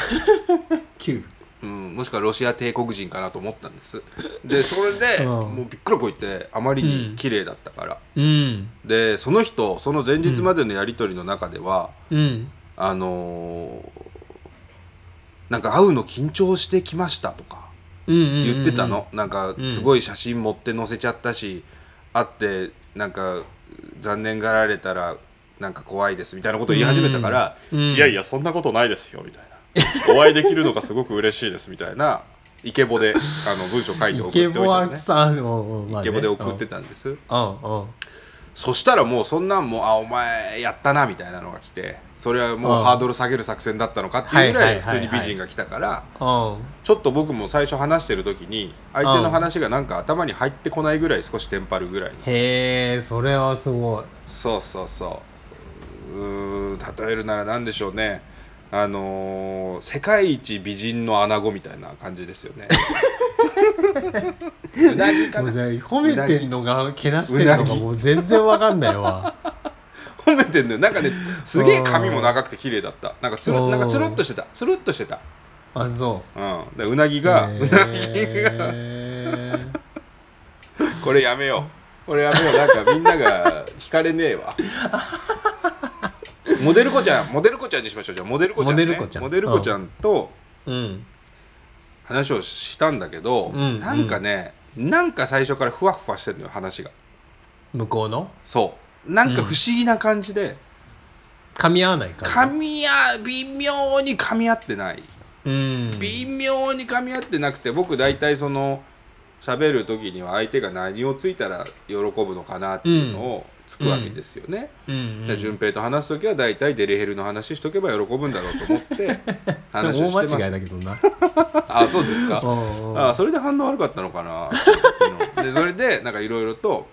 Speaker 2: 九
Speaker 1: うん、もしくはロシア帝国人かなと思ったんですでそれで、
Speaker 2: うん
Speaker 1: もうびっくりこいてあまりに綺麗だったから、
Speaker 2: うん
Speaker 1: でその人その前日までのやり取りの中では、
Speaker 2: うん
Speaker 1: あのーなんか会うの緊張してきましたとか
Speaker 2: うん
Speaker 1: 言ってたの、なんか
Speaker 2: うん
Speaker 1: すごい写真持って載せちゃったし、会ってなんか残念がられたらなんか怖いですみたいなことを言い始めたから、
Speaker 2: うんうん
Speaker 1: いやいやそんなことないですよみたいな お会いできるのがすごく嬉しいですみたいなイケボであの文章書いて送っておい
Speaker 2: イケボ
Speaker 1: たの
Speaker 2: は
Speaker 1: ね
Speaker 2: さあのまあ
Speaker 1: イ
Speaker 2: ね
Speaker 1: ケボで送ってたんです
Speaker 2: うんうん
Speaker 1: そしたらもうそんなんもうあお前やったなみたいなのが来てそれはも
Speaker 2: う
Speaker 1: うんハードル下げる作戦だったのかっていうぐ
Speaker 2: は
Speaker 1: ら
Speaker 2: い
Speaker 1: い
Speaker 2: はい
Speaker 1: 普
Speaker 2: はい
Speaker 1: 通
Speaker 2: はい
Speaker 1: に美人が来たから
Speaker 2: うん
Speaker 1: ちょっと僕も最初話してる時に相手の話がなんか頭に入ってこないぐらい少しテンパるぐらいの
Speaker 2: へえそれはすごい
Speaker 1: そうそうそううーん例えるなら何でしょうねあのー世界一美人の穴子みたいな感じですよね うなぎか
Speaker 2: もう
Speaker 1: な
Speaker 2: じゃあ褒めてんのがけなしてるの
Speaker 1: うな
Speaker 2: が
Speaker 1: ぎ
Speaker 2: もう全然わかんない わ
Speaker 1: 褒めてんのよなんかねすげえ髪も長くて綺麗だったなんかつる
Speaker 2: おー
Speaker 1: なんかつるっとしてたつるっとしてた
Speaker 2: あそ
Speaker 1: うんでうなぎ
Speaker 2: う
Speaker 1: が、
Speaker 2: へ
Speaker 1: うなぎが
Speaker 2: え
Speaker 1: これやめようこれやめようなんかみんなが惹かれねえ わモデル子ちゃんモデル子ちゃんにしましょうじゃあモデル子ちゃん、ね、
Speaker 2: モデル子ちゃん
Speaker 1: モデル子ちゃんと、
Speaker 2: うん
Speaker 1: 話をしたんだけど、
Speaker 2: うん
Speaker 1: なんかね、なんか最初からふわふわしてるのよ話が
Speaker 2: 向こうの
Speaker 1: そうなんか不思議な感じで、
Speaker 2: 噛み合わないから
Speaker 1: 噛み合微妙に噛み合ってない
Speaker 2: うん
Speaker 1: 微妙に噛み合ってなくて僕大体その喋る時には相手が何をついたら喜ぶのかなっていうのをつくわけですよね、
Speaker 2: うん
Speaker 1: じゃあ順平と話す時は大体デリヘルの話しとけば喜ぶんだろうと思って 話をして
Speaker 2: 大
Speaker 1: ます
Speaker 2: 間違いだけどな
Speaker 1: あそうですか
Speaker 2: うんうん
Speaker 1: あそれで反応悪かったのかな昨日でそれでなんかいろいろと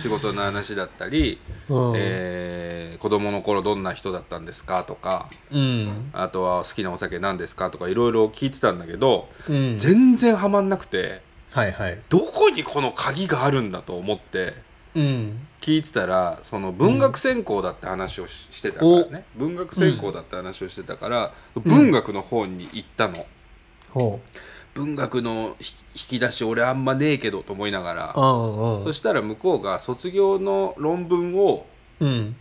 Speaker 1: 仕事の話だったり、
Speaker 2: うん
Speaker 1: えー子供の頃どんな人だったんですかとか
Speaker 2: うん
Speaker 1: あとは好きなお酒何ですかとかいろいろ聞いてたんだけど
Speaker 2: うん
Speaker 1: 全然ハマんなくて
Speaker 2: はいはい
Speaker 1: どこにこの鍵があるんだと思って
Speaker 2: うん
Speaker 1: 聞いてたらその文学専攻だって話をししてたからね文学専攻だって話をしてたから、文学の方に行ったの。
Speaker 2: ほ
Speaker 1: 文学の引き出し俺あんまねえけどと思いなが
Speaker 2: うう
Speaker 1: ら
Speaker 2: んう
Speaker 1: そ
Speaker 2: ん
Speaker 1: したら向こうが卒業の論文を
Speaker 2: うん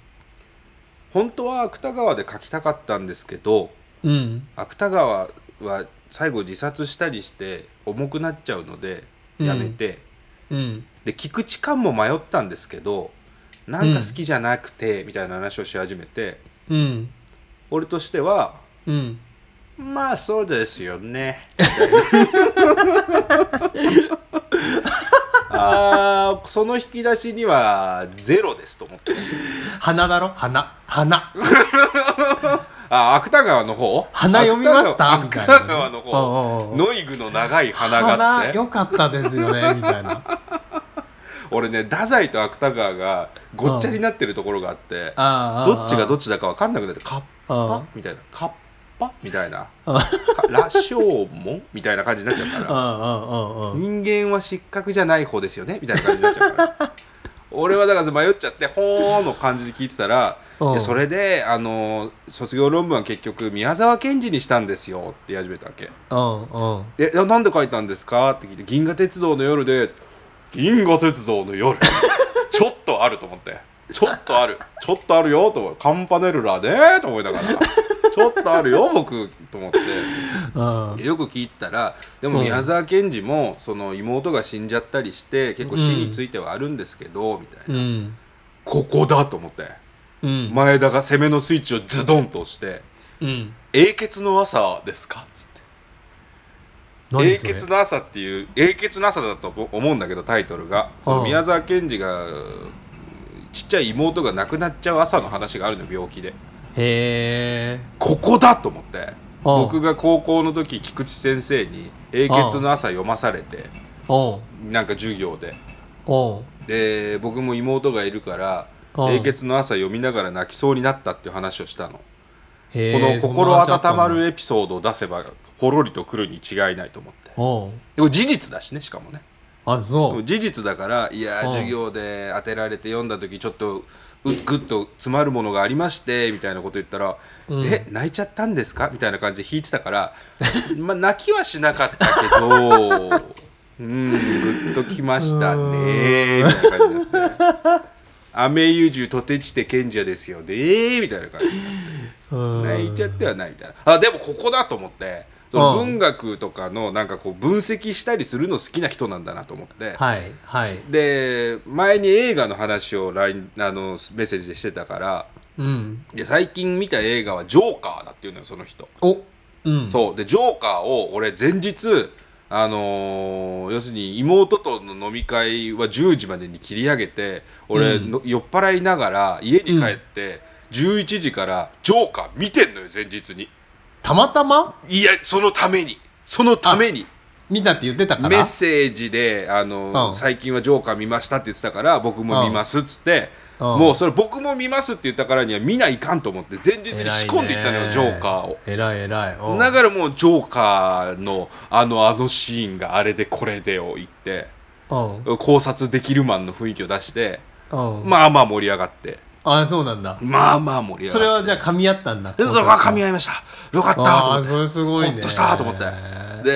Speaker 1: 本当は芥川で書きたかったんですけど
Speaker 2: うん
Speaker 1: 芥川は最後自殺したりして重くなっちゃうのでやめて、
Speaker 2: うん
Speaker 1: で菊池寛も迷ったんですけどなんか好きじゃなくてみたいな話をし始めて、
Speaker 2: うん
Speaker 1: 俺としては
Speaker 2: うん
Speaker 1: まあそうですよ ね。ああその引き出しにはゼロですと思って
Speaker 2: 花だろ花花
Speaker 1: あ芥川の方
Speaker 2: 花読みましたみた
Speaker 1: 芥
Speaker 2: い
Speaker 1: 川
Speaker 2: な
Speaker 1: 芥川の方
Speaker 2: うんうんうん
Speaker 1: ノイグの長い鼻がっ
Speaker 2: 花
Speaker 1: つって
Speaker 2: 良かったですよねみたいなあ
Speaker 1: 俺ね太宰と芥川がごっちゃになってるところがあって
Speaker 2: あ
Speaker 1: どっちがど
Speaker 2: っ
Speaker 1: っちだか分かんなくなってカッ
Speaker 2: あ
Speaker 1: パみたいなカッパみたいな
Speaker 2: ああ
Speaker 1: か羅生門みたいな感じになっちゃうから
Speaker 2: あああ
Speaker 1: 人間は失格じゃない方ですよねみたいな感じになっちゃうから 俺はだから迷っちゃって「ほー」の感じで聞いてたら「
Speaker 2: うん
Speaker 1: いやそれであの卒業論文は結局宮沢賢治にしたんですよ」って言い始めたわけ
Speaker 2: うんうん
Speaker 1: 「えいやなんで書いたんですか?」って聞いて「銀河鉄道の夜で」つって銀河鉄道の 夜」ちょっとあると思って「ちょっとあるちょっとあるよ」と思ってカンパネルラで」と思いながら「ちょっとあるよ僕」と思って。
Speaker 2: うん
Speaker 1: でよく聞いたらでも
Speaker 2: うん
Speaker 1: 宮沢賢治もその妹が死んじゃったりして結構死についてはあるんですけど、みたいな、
Speaker 2: うん
Speaker 1: ここだと思って
Speaker 2: うん
Speaker 1: 前田が攻めのスイッチをズドンと押して
Speaker 2: うん
Speaker 1: 「英傑の朝ですか?」っつって「
Speaker 2: 何
Speaker 1: 英
Speaker 2: それ
Speaker 1: 傑の朝」っていう「英傑の朝」だと思うんだけどタイトルがその
Speaker 2: うん
Speaker 1: 宮沢賢治がちっちゃい妹が亡くなっちゃう朝の話があるの病気で
Speaker 2: へえ
Speaker 1: ここだと思って僕
Speaker 2: が
Speaker 1: が高校の時菊池先生に「英傑の朝」読まされて。
Speaker 2: おう
Speaker 1: なんか授業で
Speaker 2: おう
Speaker 1: で僕も妹がいるから
Speaker 2: う
Speaker 1: 「
Speaker 2: ん
Speaker 1: 英傑の朝」読みながら泣きそうになったっていう話をしたの、
Speaker 2: へ
Speaker 1: この
Speaker 2: ー
Speaker 1: 心温まる
Speaker 2: そんな話あったんだ
Speaker 1: エピソードを出せばほろりと来るに違いないと思ってで
Speaker 2: おう
Speaker 1: これ事実だしねしかもね
Speaker 2: あそう
Speaker 1: 事実だからいやー
Speaker 2: うん
Speaker 1: 授業で当てられて読んだ時ちょっとうぐっと詰まるものがありましてみたいなこと言ったら「
Speaker 2: うん
Speaker 1: え泣いちゃったんですか?」みたいな感じで弾いてたから、 まあ、泣きはしなかったけど うんぐっときましたねみたいな感じになって「雨ゆじゅとてちて賢者ですよね」みたいな感じ
Speaker 2: うん
Speaker 1: 泣いちゃってはないみたいなあでもここだと思ってその
Speaker 2: うん
Speaker 1: 文学とかのなんかこう分析したりするの好きな人なんだなと思って。
Speaker 2: はいはい
Speaker 1: で前に映画の話を LINE あのメッセージでしてたから
Speaker 2: うん
Speaker 1: で最近見た映画は「ジョーカー」だっていうのよその人、
Speaker 2: おうん
Speaker 1: そうでジョーカーを俺前日あのー要するに妹との飲み会は10時までに切り上げて俺、
Speaker 2: うん
Speaker 1: の酔っ払いながら家に帰って、11時からジョーカー見てんのよ前日に
Speaker 2: たまたま
Speaker 1: いやそのためにそのために
Speaker 2: 見たって言ってたから
Speaker 1: メッセージで、あの、
Speaker 2: うん
Speaker 1: 最近はジョーカー見ましたって言ってたから、僕も見ますっつって、
Speaker 2: うん
Speaker 1: もうそれ僕も見ますって言ったからには見ないかんと思って、前日に仕込んでいったのよ、ジョーカーを。
Speaker 2: えらいえらいうん
Speaker 1: だからもうジョーカーのあのあのシーンがあれでこれでを言って
Speaker 2: うん
Speaker 1: 考察できるマンの雰囲気を出して
Speaker 2: うん
Speaker 1: まあまあ盛り上がって
Speaker 2: あそうなんだ
Speaker 1: まあまあ盛り上がって
Speaker 2: それはじゃあ噛み合ったんだ
Speaker 1: でそれは噛み合いましたよかったと思
Speaker 2: あ
Speaker 1: っ
Speaker 2: ー
Speaker 1: て
Speaker 2: それすごいね
Speaker 1: ほっとしたと思ってで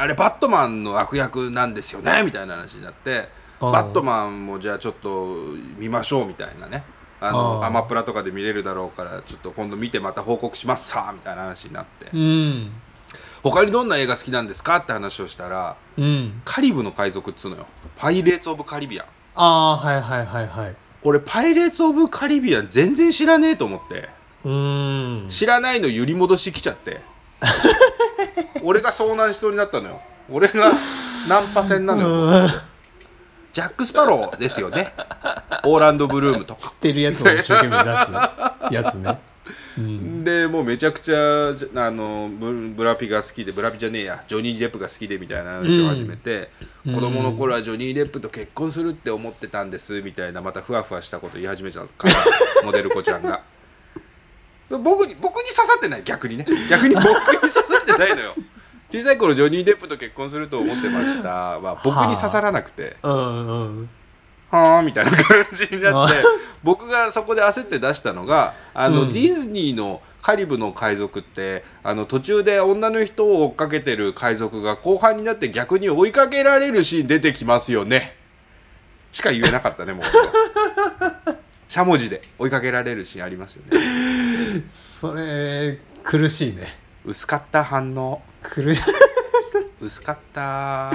Speaker 1: あれバットマンの悪役なんですよねみたいな話になって
Speaker 2: うん
Speaker 1: バットマンもじゃあちょっと見ましょうみたいなねあ
Speaker 2: う
Speaker 1: の
Speaker 2: ん
Speaker 1: アマプラとかで見れるだろうからちょっと今度見てまた報告しますさあみたいな話になって
Speaker 2: うん
Speaker 1: 他にどんな映画好きなんですかって話をしたら
Speaker 2: うん
Speaker 1: カリブの海賊っつうのよパイレーツ・オブ・カリビアン
Speaker 2: ああはいはいはいはい
Speaker 1: 俺パイレーツ・オブ・カリビアン全然知らねえと思って
Speaker 2: うーん
Speaker 1: 知らないの揺り戻してきちゃって 俺が遭難しそうになったのよ俺がナンパ戦なのよ
Speaker 2: うん
Speaker 1: ジャック・スパローですよねオーランド・ブルームとか
Speaker 2: 知ってるやつを一生懸命出すやつねうん
Speaker 1: でもうめちゃくちゃじゃあのブブラピが好きでブラピじゃねえやジョニー・デップが好きでみたいな話を始めて、
Speaker 2: うん
Speaker 1: 子供の頃はジョニー・デップと結婚するって思ってたんですみたいなまたふわふわしたこと言い始めちゃうからモデル子ちゃんが 僕に僕に刺さってない逆にね逆に僕に刺さってないのよ小さい頃ジョニー・デップと結婚すると思ってましたは僕に刺さらなくて
Speaker 2: うんうん
Speaker 1: はあみたいな感じになって
Speaker 2: あ
Speaker 1: 僕がそこで焦って出したのがあの、
Speaker 2: うん
Speaker 1: ディズニーの「カリブの海賊」ってあの途中で女の人を追っかけてる海賊が後半になって逆に追いかけられるシーン出てきますよねしか言えなかったねもうしゃもじで追いかけられるシーンありますよね
Speaker 2: それ苦しいね
Speaker 1: 薄かった反応
Speaker 2: 苦
Speaker 1: 薄かった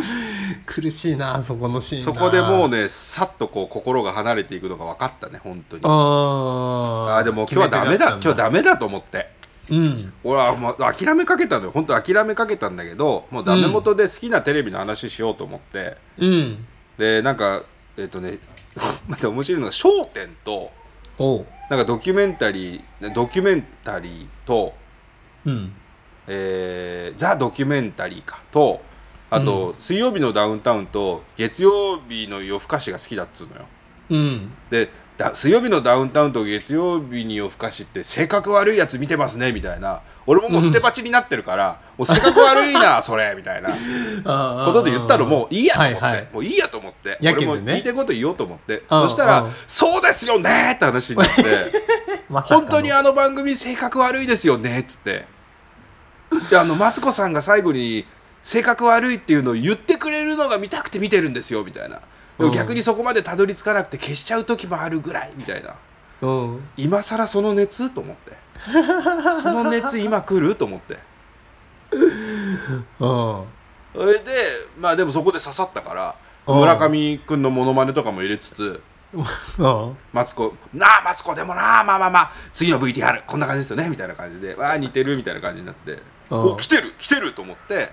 Speaker 2: 苦しいなそこのシーンな
Speaker 1: そこでもうねさっとこう心が離れていくのが分かったね本当にあ
Speaker 2: あ
Speaker 1: あーでも今日はダメだ今日ダメだと思って。
Speaker 2: メうん
Speaker 1: 俺はもう諦めかけたのよ本当諦めかけたんだけどもうダメ元で好きなテレビの話しようと思って、
Speaker 2: うん
Speaker 1: でなんかえっ、とね また面白いのが『笑点』と
Speaker 2: おう
Speaker 1: なんかドキュメンタリードキュメンタリーと、
Speaker 2: うん
Speaker 1: えーザ・ドキュメンタリーかとあと、水曜日のダウンタウンと月曜日の夜更かしが好きだっつうのよ
Speaker 2: うん
Speaker 1: でだ水曜日のダウンタウンと月曜日に夜更かしって性格悪いやつ見てますねみたいな俺ももう捨て鉢になってるから、もう性格悪い なそれみたいなこ
Speaker 2: こと
Speaker 1: で言ったらもういいやと思って、
Speaker 2: はいはい
Speaker 1: もういいやと思って
Speaker 2: や
Speaker 1: 俺
Speaker 2: けどね
Speaker 1: も言いたいこと言おうと思って
Speaker 2: うん
Speaker 1: そしたら、
Speaker 2: うん
Speaker 1: そうですよねって話になって
Speaker 2: まさかの
Speaker 1: 本当にあの番組性格悪いですよねっつってであのマツコさんが最後に性格悪いっていうのを言ってくれるのが見たくて見てるんですよみたいなでも逆にそこまでたどり着かなくて消しちゃう時もあるぐらいみたいな。
Speaker 2: うん
Speaker 1: 今更その熱と思 ってその熱今来ると思って
Speaker 2: うん
Speaker 1: それでまあでもそこで刺さったから
Speaker 2: うん
Speaker 1: 村上君のモノマネとかも入れつつ
Speaker 2: うん
Speaker 1: マツコ「なあマツコでもなあまあまあまあ次の VTR こんな感じですよね」みたいな感じで「わあ似てる」みたいな感じになって「
Speaker 2: うん
Speaker 1: お来てる来てる」と思って。
Speaker 2: うん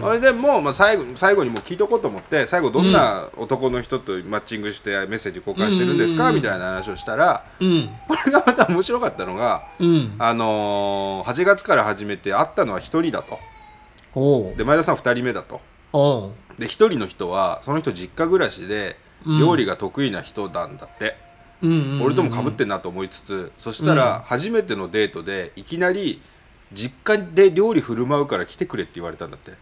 Speaker 1: それでもう、まあ、最後最後にもう聞いとこうと思って最後どんな男の人とマッチングしてメッセージ交換してるんですか、
Speaker 2: うん
Speaker 1: みたいな話をしたら
Speaker 2: うん
Speaker 1: これがまた面白かったのが
Speaker 2: うん
Speaker 1: あのー8月から始めて会ったのは1人だと
Speaker 2: おう
Speaker 1: で前田さん2人目だと
Speaker 2: おう
Speaker 1: で1人の人はその人実家暮らしで
Speaker 2: うん
Speaker 1: 料理が得意な人なんだって、
Speaker 2: うんうんうん
Speaker 1: 俺ともかぶってんなと思いつつそしたら初めてのデートでいきなり実家で料理振る舞うから来てくれって言われたんだっ て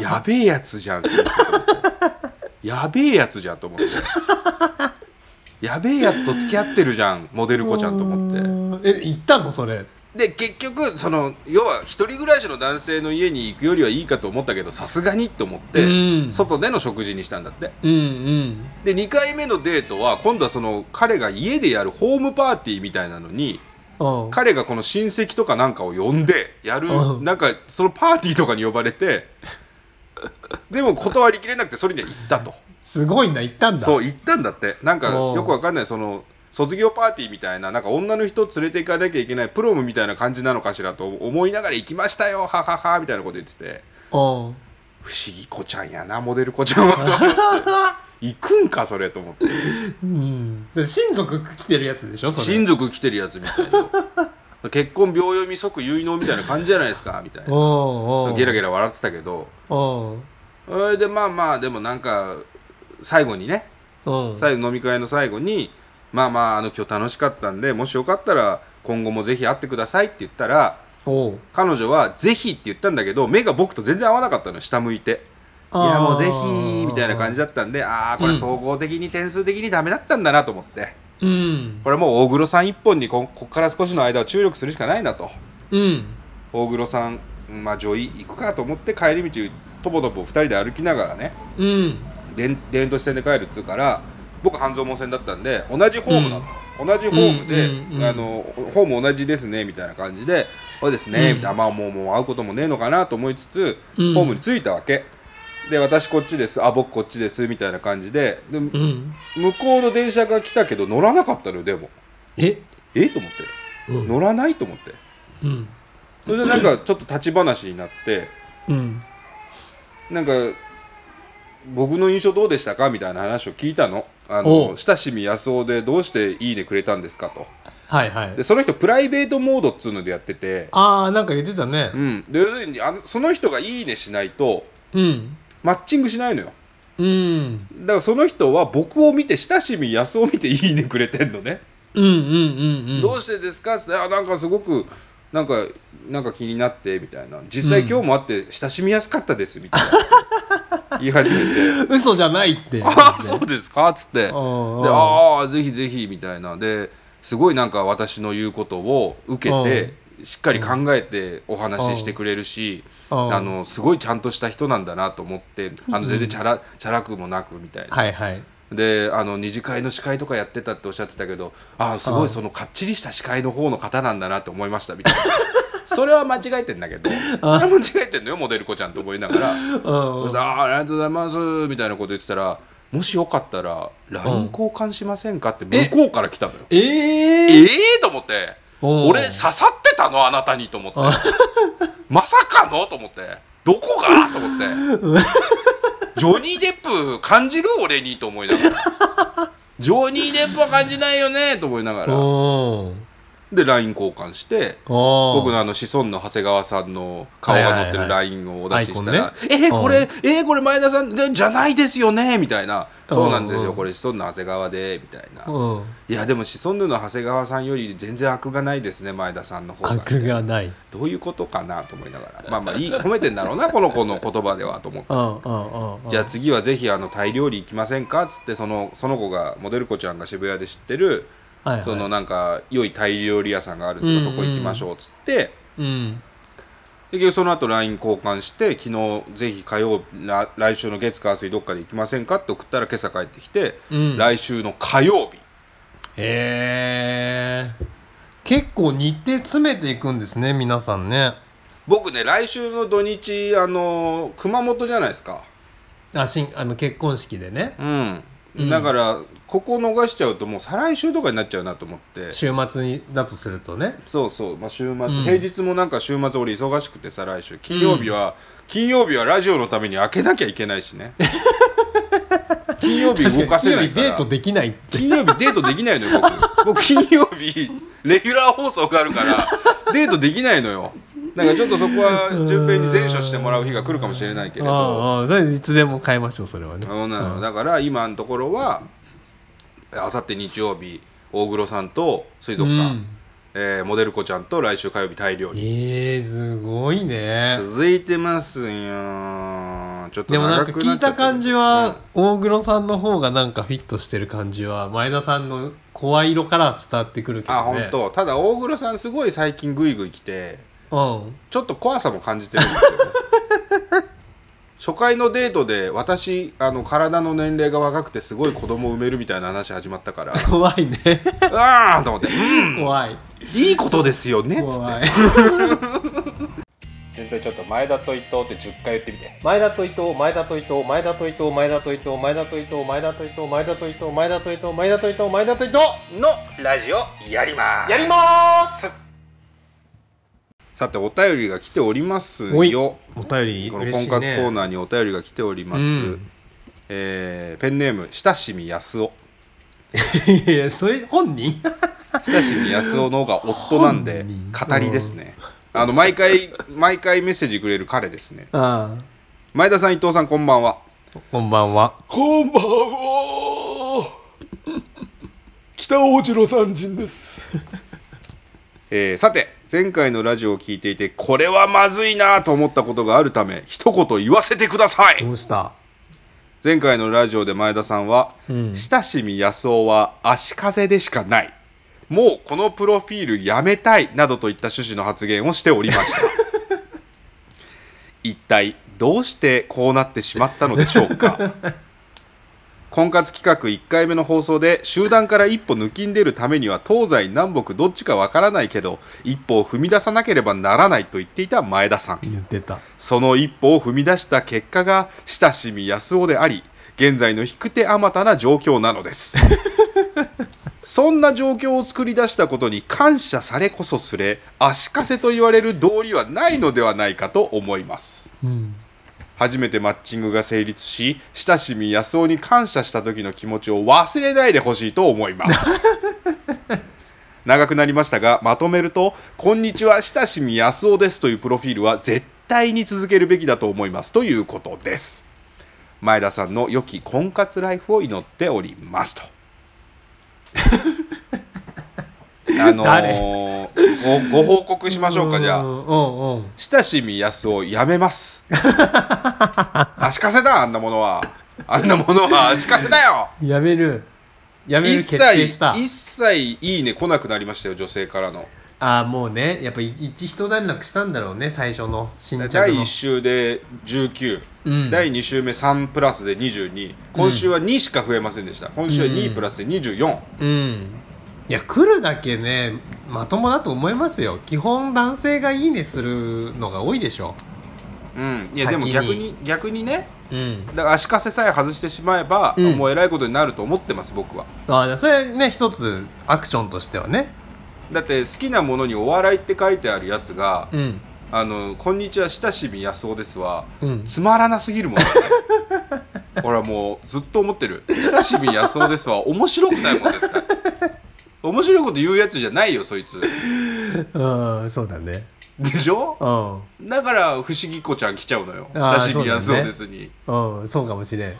Speaker 1: やべえやつじゃんそいつと思ってやべえやつじゃんと思ってやべえやつと付き合ってるじゃんモデル子ちゃんと思って。
Speaker 2: てえ行ったのそれ
Speaker 1: で結局その要は一人暮らしの男性の家に行くよりはいいかと思ったけどさすがにと思って、
Speaker 2: うん
Speaker 1: 外での食事にしたんだって
Speaker 2: うんうん
Speaker 1: で2回目のデートは今度はその彼が家でやるホームパーティーみたいなのに
Speaker 2: うん
Speaker 1: 彼がこの親戚とかなんかを呼んでやる、
Speaker 2: うん
Speaker 1: なんかそのパーティーとかに呼ばれ てでも断りきれなくてそれには行ったと
Speaker 2: すごいな行ったんだ
Speaker 1: そう行ったんだってなんか
Speaker 2: うん
Speaker 1: よくわかんないその卒業パーティーみたいななんか女の人連れて行かなきゃいけないプロムみたいな感じなのかしらと思いながら行きましたよはははみたいなこと言ってて
Speaker 2: あ
Speaker 1: 不思議子ちゃんやなモデル子ちゃんはと思って行くんかそれと思って
Speaker 2: うんだって親族来てるやつでしょそれ
Speaker 1: 親族来てるやつみたいな 結婚秒読み即結納みたいな感じじゃないですかみたいな
Speaker 2: おうおう
Speaker 1: ゲラゲラ笑ってたけど
Speaker 2: おう
Speaker 1: それでまあまあでもなんか最後にね
Speaker 2: おう
Speaker 1: 最後飲み会の最後にまあまああの今日楽しかったんでもしよかったら今後もぜひ会ってくださいって言ったら
Speaker 2: おう
Speaker 1: 彼女はぜひって言ったんだけど目が僕と全然合わなかったの下向いてい
Speaker 2: あ
Speaker 1: や
Speaker 2: ー
Speaker 1: もうぜひみたいな感じだったんでああこれ
Speaker 2: うん
Speaker 1: 総合的に点数的にダメだったんだなと思って
Speaker 2: うん
Speaker 1: これもう大黒さん一本にここっから少しの間は注力するしかないなと
Speaker 2: うん
Speaker 1: 大黒さんまあ女医行くかと思って帰り道とぼとぼ2人で歩きながらね
Speaker 2: うん
Speaker 1: 電電都市線で帰るっつうから僕半蔵門線だったんで同じホームなの、同じホームで、
Speaker 2: うんうんうん
Speaker 1: あのホーム同じですねみたいな感じで「そうですね」
Speaker 2: うん
Speaker 1: みたいな、まあもうもう会うこともねえのかなと思いつつ、
Speaker 2: うん
Speaker 1: ホームに着いたわけで私こっちですあ僕こっちですみたいな感じでで向
Speaker 2: うん
Speaker 1: こうの電車が来たけど乗らなかったのよでも
Speaker 2: え
Speaker 1: えと思って
Speaker 2: うん
Speaker 1: 乗らないと思って
Speaker 2: うん
Speaker 1: そしたらなんかちょっと立ち話になって
Speaker 2: うん
Speaker 1: なんか僕の印象どうでしたかみたいな話を聞いたのあ
Speaker 2: お
Speaker 1: の
Speaker 2: う
Speaker 1: 親しみ安男でどうして「いいね」くれたんですかと
Speaker 2: はいはい
Speaker 1: でその人プライベートモードっつうのでやってて、
Speaker 2: ああなんか言ってたね
Speaker 1: うん、で要するにあのその人が「いいね」しないと
Speaker 2: うん
Speaker 1: マッチングしないのよ
Speaker 2: うん
Speaker 1: だからその人は僕を見て親しみ安男を見て「いいね」くれてんのね、
Speaker 2: うんうんうんうん
Speaker 1: どうしてですかってあなんかすごくなんかなんか気になってみたいな実際
Speaker 2: うん
Speaker 1: 今日も会って親しみやすかったですみたい な言い始めて
Speaker 2: 嘘じゃないって
Speaker 1: 「ああそう ですか」っつって。で
Speaker 2: あ
Speaker 1: ああぜひぜひみたいなですごいなんか私の言うことを受けてしっかり考えてお話ししてくれるし
Speaker 2: あ
Speaker 1: あのすごいちゃんとした人なんだなと思ってあの全然チャラチャラくもなくみたいな。
Speaker 2: はいはい
Speaker 1: であの二次会の司会とかやってたっておっしゃってたけどああすご
Speaker 2: う
Speaker 1: い
Speaker 2: ん
Speaker 1: そのかっちりした司会の方の方なんだなって思いましたみたいな それは間違えてんだけどそれは間違えてんのよモデル子ちゃんと思いながら。
Speaker 2: うん
Speaker 1: そしたらあーありがとうございますみたいなこと言ってたらもしよかったら LINE 交換しませんかって向こうから来たのよ。え
Speaker 2: ええ
Speaker 1: えー、と思って俺刺さってたのあなたにと思って
Speaker 2: あ
Speaker 1: まさかのと思ってどこがと思ってジョニー・デップ感じる俺にと思いながら ジョニー・デップは感じないよねと思いながら
Speaker 2: お
Speaker 1: で LINE 交換して僕
Speaker 2: 僕
Speaker 1: のあの子孫の長谷川さんの顔が載ってるラインをお出しした
Speaker 2: はいはい
Speaker 1: ら
Speaker 2: は
Speaker 1: 「えー
Speaker 2: うん
Speaker 1: これえーこれ前田さんでじゃないですよね」みたいな「
Speaker 2: うん
Speaker 1: そうなんです
Speaker 2: う
Speaker 1: よ
Speaker 2: ん
Speaker 1: これ子孫の長谷川で」みたいな
Speaker 2: うん
Speaker 1: 「いやでも子孫の長谷川さんより全然悪がないですね前田さんの方が」
Speaker 2: 悪がない
Speaker 1: どういうことかなと思いながらまあまあいい褒めてんだろうなこの子の言葉ではと思って。
Speaker 2: うんうんうん
Speaker 1: じゃあ次はぜひあのタイ料理行きませんかっつってそのその子がモデル子ちゃんが渋谷で知ってる
Speaker 2: はいはい
Speaker 1: そのなんか良いタイ料理屋さんがあるっていうかそこ行きましょうっつって
Speaker 2: うん
Speaker 1: で結局その後 LINE 交換して昨日ぜひ火曜ら来週の月火水どっかで行きませんかって送ったら今朝帰ってきて、
Speaker 2: うん
Speaker 1: 来週の火曜日
Speaker 2: へえ結構日程詰めていくんですね皆さんね
Speaker 1: 僕ね来週の土日あの熊本じゃないですか
Speaker 2: あしんあの結婚式でね
Speaker 1: うん、
Speaker 2: うん
Speaker 1: だからここ逃しちゃうともう再来週とかになっちゃうなと思って
Speaker 2: 週末にだとするとね
Speaker 1: そうそう、まあ、週末、
Speaker 2: ん
Speaker 1: 平日もなんか週末俺忙しくて再来週金曜日は、金曜日はラジオのために開けなきゃいけないし ね金曜日動かせない
Speaker 2: 確かに金曜日
Speaker 1: か
Speaker 2: デ
Speaker 1: ら
Speaker 2: ートできないって
Speaker 1: 金曜日デートできないのよ 僕僕金曜日レギュラー放送があるからデートできないのよなんかちょっとそこは順平に前処してもらう日が来るかもしれないけれど
Speaker 2: ああそれいつでも変えましょうそれはね
Speaker 1: そうなのだから今のところはあさって日曜日大黒さんと水族館、
Speaker 2: うん
Speaker 1: えーモデル子ちゃんと来週火曜日大量に
Speaker 2: ええすごいね
Speaker 1: 続いてますよちょっと
Speaker 2: でもな
Speaker 1: 長
Speaker 2: んか
Speaker 1: くな
Speaker 2: 聞
Speaker 1: っ
Speaker 2: い
Speaker 1: ちゃったてる
Speaker 2: 感じは、大黒さんの方がなんかフィットしてる感じは前田さんの声色から伝わってくるけどね
Speaker 1: あ本当。ただ大黒さんすごい最近グイグイ来て
Speaker 2: うん
Speaker 1: ちょっと怖さも感じてるんですよね 初回のデートで私あの体の年齢が若くてすごい子供を産めるみたいな話始まったから
Speaker 2: 怖いね
Speaker 1: うわーと思って「うん
Speaker 2: 怖い
Speaker 1: いいことですよね」っつっ
Speaker 2: 怖
Speaker 1: て
Speaker 2: い
Speaker 1: 順平ちょっと前田と伊藤って10回言ってみて
Speaker 2: 前田と伊藤前田と伊藤前田と伊藤前田と伊藤前田と伊藤前田と伊藤前田と伊藤前田と伊藤前田と伊藤前田と伊藤
Speaker 1: のラジオやります
Speaker 2: やりまーす
Speaker 1: さてお便りが来ております
Speaker 2: おい
Speaker 1: よ
Speaker 2: お便り
Speaker 1: この
Speaker 2: 嬉
Speaker 1: 婚
Speaker 2: しいね
Speaker 1: 活コーナーにお便りが来ております、
Speaker 2: うん
Speaker 1: えーペンネーム親しみやすお
Speaker 2: いやいやそれ本人
Speaker 1: 親しみやすおの方が夫なんで
Speaker 2: 本人
Speaker 1: 語りですねあの毎回 毎回メッセージくれる彼ですね
Speaker 2: あ
Speaker 1: 前田さん伊藤さんこんばんは
Speaker 2: あこんばんは
Speaker 3: こんばんは北大路の三人です
Speaker 1: えーさて前回のラジオを聞いていてこれはまずいなと思ったことがあるため一言言わせてください
Speaker 2: どうした
Speaker 1: 前回のラジオで前田さんは「
Speaker 2: ん
Speaker 1: 親しみ安男は足かせでしかない」「もうこのプロフィールやめたい」などといった趣旨の発言をしておりました一体どうしてこうなってしまったのでしょうか婚活企画1回目の放送で集団から一歩抜きんでるためには東西南北どっちかわからないけど一歩を踏み出さなければならないと言っていた前田さん
Speaker 2: 言ってた
Speaker 1: その一歩を踏み出した結果が親しみ安男であり現在の引く手あまたな状況なのです そんな状況を作り出したことに感謝されこそすれ足かせと言われる道理はないのではないかと思います
Speaker 2: うん
Speaker 1: 初めてマッチングが成立し親しみ安男に感謝した時の気持ちを忘れないでほしいと思います長くなりましたがまとめると「こんにちは親しみ安男です」というプロフィールは絶対に続けるべきだと思いますということです前田さんの良き婚活ライフを祈っておりますとあのーごご報告しましょうかじゃあ
Speaker 2: うんうんうん
Speaker 1: 親しみやすをやめます。 足かせだ、あんなものは。あんなものは足かせだよ。
Speaker 2: やめるやめる
Speaker 1: 一
Speaker 2: 決定
Speaker 1: 切
Speaker 2: した、
Speaker 1: 一切いいね来なくなりましたよ、女性からの。
Speaker 2: ああもうねやっぱ一一段落したんだろうね最初の新着
Speaker 1: 第
Speaker 2: の
Speaker 1: 1週で19、
Speaker 2: うん
Speaker 1: 第2週目3プラスで22、今週は2しか増えませんでした。今週は2プラスで24。
Speaker 2: うんいや来るだけねまともだと思いますよ基本男性がいいねするのが多いでしょ
Speaker 1: うん。いや、でも逆
Speaker 2: 先
Speaker 1: に
Speaker 2: に、
Speaker 1: 逆にね、
Speaker 2: うん
Speaker 1: だから足かせさえ外してしまえば、
Speaker 2: うん
Speaker 1: もうえらいことになると思ってます、僕は。
Speaker 2: ああじゃあそれね一つアクションとしてはね
Speaker 1: だって好きなものにお笑いって書いてあるやつが、
Speaker 2: うん
Speaker 1: あの「こんにちは親しみ安男ですわ」
Speaker 2: うん
Speaker 1: つまらなすぎるもん、ね、 俺はもうずっと思ってる「親しみ安男ですわ」面白くないもん絶対面白いこと言うやつじゃないよそいつ
Speaker 2: うんそうだね
Speaker 1: でしょ
Speaker 2: うん
Speaker 1: だから不思議っ子ちゃん来ちゃうのよ
Speaker 2: あ
Speaker 1: 親
Speaker 2: ー
Speaker 1: しみ安男ですに、
Speaker 2: うんそうかもしれ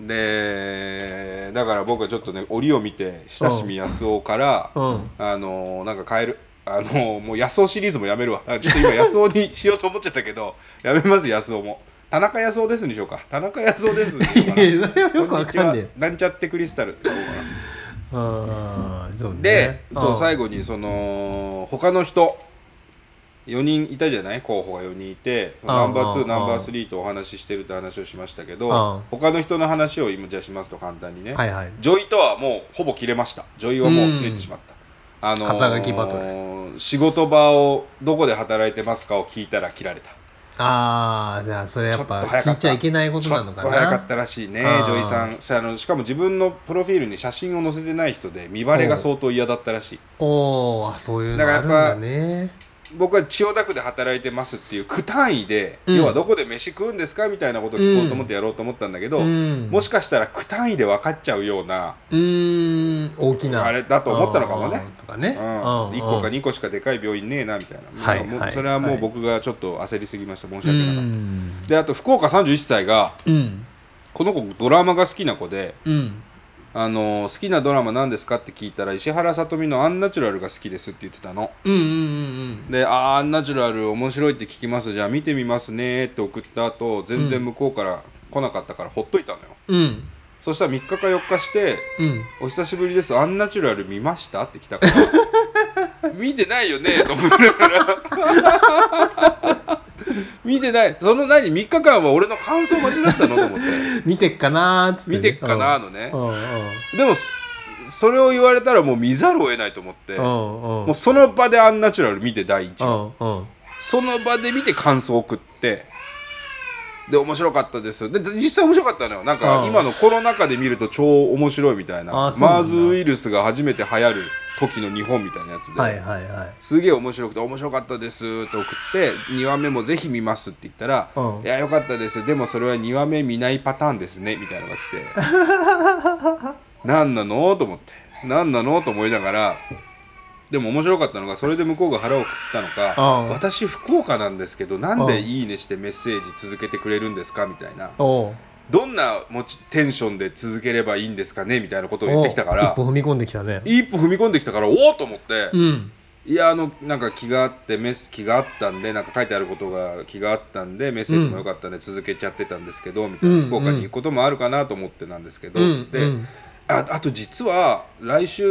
Speaker 2: ん
Speaker 1: でだから僕はちょっとね折を見て親しみ安男から、
Speaker 2: うん
Speaker 1: あのーなんか変えるあのーもう安尾シリーズもやめるわだからちょっと今安尾にしようと思っちゃったけど やめます安尾も田中安尾ですにしようか田中安尾ですにしようか
Speaker 2: い やそれは よく
Speaker 1: こ
Speaker 2: わ
Speaker 1: んにち
Speaker 2: か
Speaker 1: は
Speaker 2: んね
Speaker 1: なんちゃってクリスタルって言おうかな
Speaker 2: えうんそうね
Speaker 1: で、そう最
Speaker 2: 後
Speaker 1: 後にその他の人4人いたじゃない候補が4人いてその
Speaker 2: ああ
Speaker 1: ナンバー
Speaker 2: あ
Speaker 1: 2
Speaker 2: あ
Speaker 1: ナンバー3とお話ししてるって話をしましたけ
Speaker 2: あ
Speaker 1: ど
Speaker 2: あ
Speaker 1: 他の人の話を今じゃあしますと簡単にね、
Speaker 2: はいはい
Speaker 1: ジョイとはもうほぼ切れましたジョイはもう切れてしまった、あのー
Speaker 2: 肩書きバト
Speaker 1: 仕事場をどこで働いてますかを聞いたら切られた
Speaker 2: ああじゃあそれやっぱ聞いちゃいけないこと
Speaker 1: ちょ
Speaker 2: な
Speaker 1: っ
Speaker 2: の
Speaker 1: と
Speaker 2: かな
Speaker 1: 早かったらしいねジ
Speaker 2: あー
Speaker 1: ョイさんしあのしかも自分のプロフィールに写真を載せてない人で見バレが相当嫌だったらしい
Speaker 2: おおそういうの
Speaker 1: だからやっ
Speaker 2: ある
Speaker 1: ぱ
Speaker 2: んだね
Speaker 1: 僕は千代田区で働いてますっていう区単位で、
Speaker 2: うん
Speaker 1: 要はどこで飯食うんですかみたいなことを聞こうと思ってやろうと思ったんだけど、
Speaker 2: うん
Speaker 1: もしかしたら区単位で分かっちゃうような、
Speaker 2: うーん大きな
Speaker 1: あれだと思ったのかもね
Speaker 2: あーとかね、
Speaker 1: うん、1個か2個しかでかい病院ねえなみたいな、
Speaker 2: はい
Speaker 1: もう
Speaker 2: はい
Speaker 1: それはも
Speaker 2: は
Speaker 1: う
Speaker 2: い
Speaker 1: 僕がちょっと焦りすぎました申し
Speaker 2: う
Speaker 1: 訳なかった、
Speaker 2: ん
Speaker 1: であと福岡31歳が
Speaker 2: うん
Speaker 1: この子ドラマが好きな子で、
Speaker 2: うん
Speaker 1: あのー好きなドラマ何ですかって聞いたら石原さとみの「アンナチュラル」が好きですって言ってたの
Speaker 2: うんうんうん
Speaker 1: で「あーアンナチュラル面白いって聞きますじゃあ見てみますね」って送った後全然向こうから来なかったからほっといたのよ、
Speaker 2: うんうん
Speaker 1: そしたら3日か4日して
Speaker 2: うん
Speaker 1: 「お久しぶりですアンナチュラル見ました?」って来たから 見てないよねと思いながら 見てないその何3日間は俺の感想待ちだったのと 思って
Speaker 2: 見てっかなーっつって、ね、
Speaker 1: 見てっかなーのね
Speaker 2: うんうんうん
Speaker 1: でもそれを言われたらもう見ざるを得ないと思って
Speaker 2: うんうん
Speaker 1: もうその場でアンナチュラル見て第一
Speaker 2: うんうん
Speaker 1: その場で見て感想を送ってで面白かったですで実際面白かったのよなんか
Speaker 2: うん
Speaker 1: 今のコロナ禍で見ると超面白いみたいな
Speaker 2: あそうな
Speaker 1: マ
Speaker 2: んだ
Speaker 1: ーズウイルスが初めて流行る時の日本みたいなやつで、
Speaker 2: はいはいはい
Speaker 1: すげえ面白くて面白かったですと送って2話目もぜひ見ますって言ったら
Speaker 2: う
Speaker 1: 「
Speaker 2: ん
Speaker 1: いやよかったですでもそれは2話目見ないパターンですね」みたいなのが来て 「何なの?」と思って「何なの?」と思いながらでも面白かったのがそれで向こうが腹をくくったのか
Speaker 2: う
Speaker 1: 「
Speaker 2: ん
Speaker 1: 私福岡なんですけどなんで
Speaker 2: うん
Speaker 1: いいねしてメッセージ続けてくれるんですか?」みたいな
Speaker 2: おう
Speaker 1: 「どんなもちテンションで続ければいいんですかね?」みたいなことを言ってきたか
Speaker 2: おう
Speaker 1: ら
Speaker 2: 一。歩踏み込んできたね
Speaker 1: 一歩踏み込んできたからおおと思って、
Speaker 2: うん
Speaker 1: いやあのなんか気があってメス気があったんでなんか書いてあることが気があったんでメッセージも良かったんで続けちゃってたんですけど、みたい
Speaker 2: うんう
Speaker 1: なん福岡に行くこともあるかなと思ってなんですけど、
Speaker 2: うん
Speaker 1: つって、
Speaker 2: うん
Speaker 1: ああと実は来週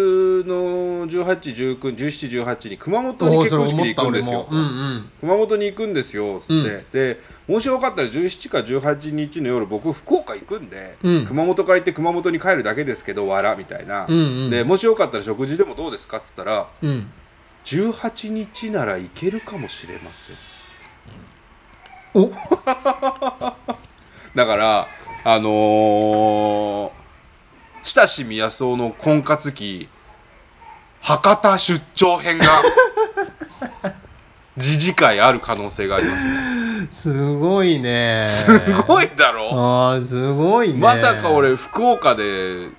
Speaker 1: の18191718に熊本に
Speaker 2: おう
Speaker 1: 結
Speaker 2: それ
Speaker 1: 婚式
Speaker 2: 思
Speaker 1: に行
Speaker 2: った
Speaker 1: くん
Speaker 2: 俺
Speaker 1: ですよ
Speaker 2: も。うんうん
Speaker 1: 熊本に行くんですよつって、
Speaker 2: うん
Speaker 1: でもしよかったら17か18日の夜僕福岡行くんで、
Speaker 2: うん
Speaker 1: 熊本から行って熊本に帰るだけですけどわらみたいな、
Speaker 2: うんうん
Speaker 1: でもしよかったら食事でもどうですかっつったら
Speaker 2: うん
Speaker 1: 18日なら行けるかもしれません
Speaker 2: お
Speaker 1: だからあのー、親しみやそうの婚活期博多出張編 が自治会ある可能性があります、
Speaker 2: すごいね
Speaker 1: すご
Speaker 2: い
Speaker 1: いだろ
Speaker 2: あーすごいね
Speaker 1: まさか俺福岡で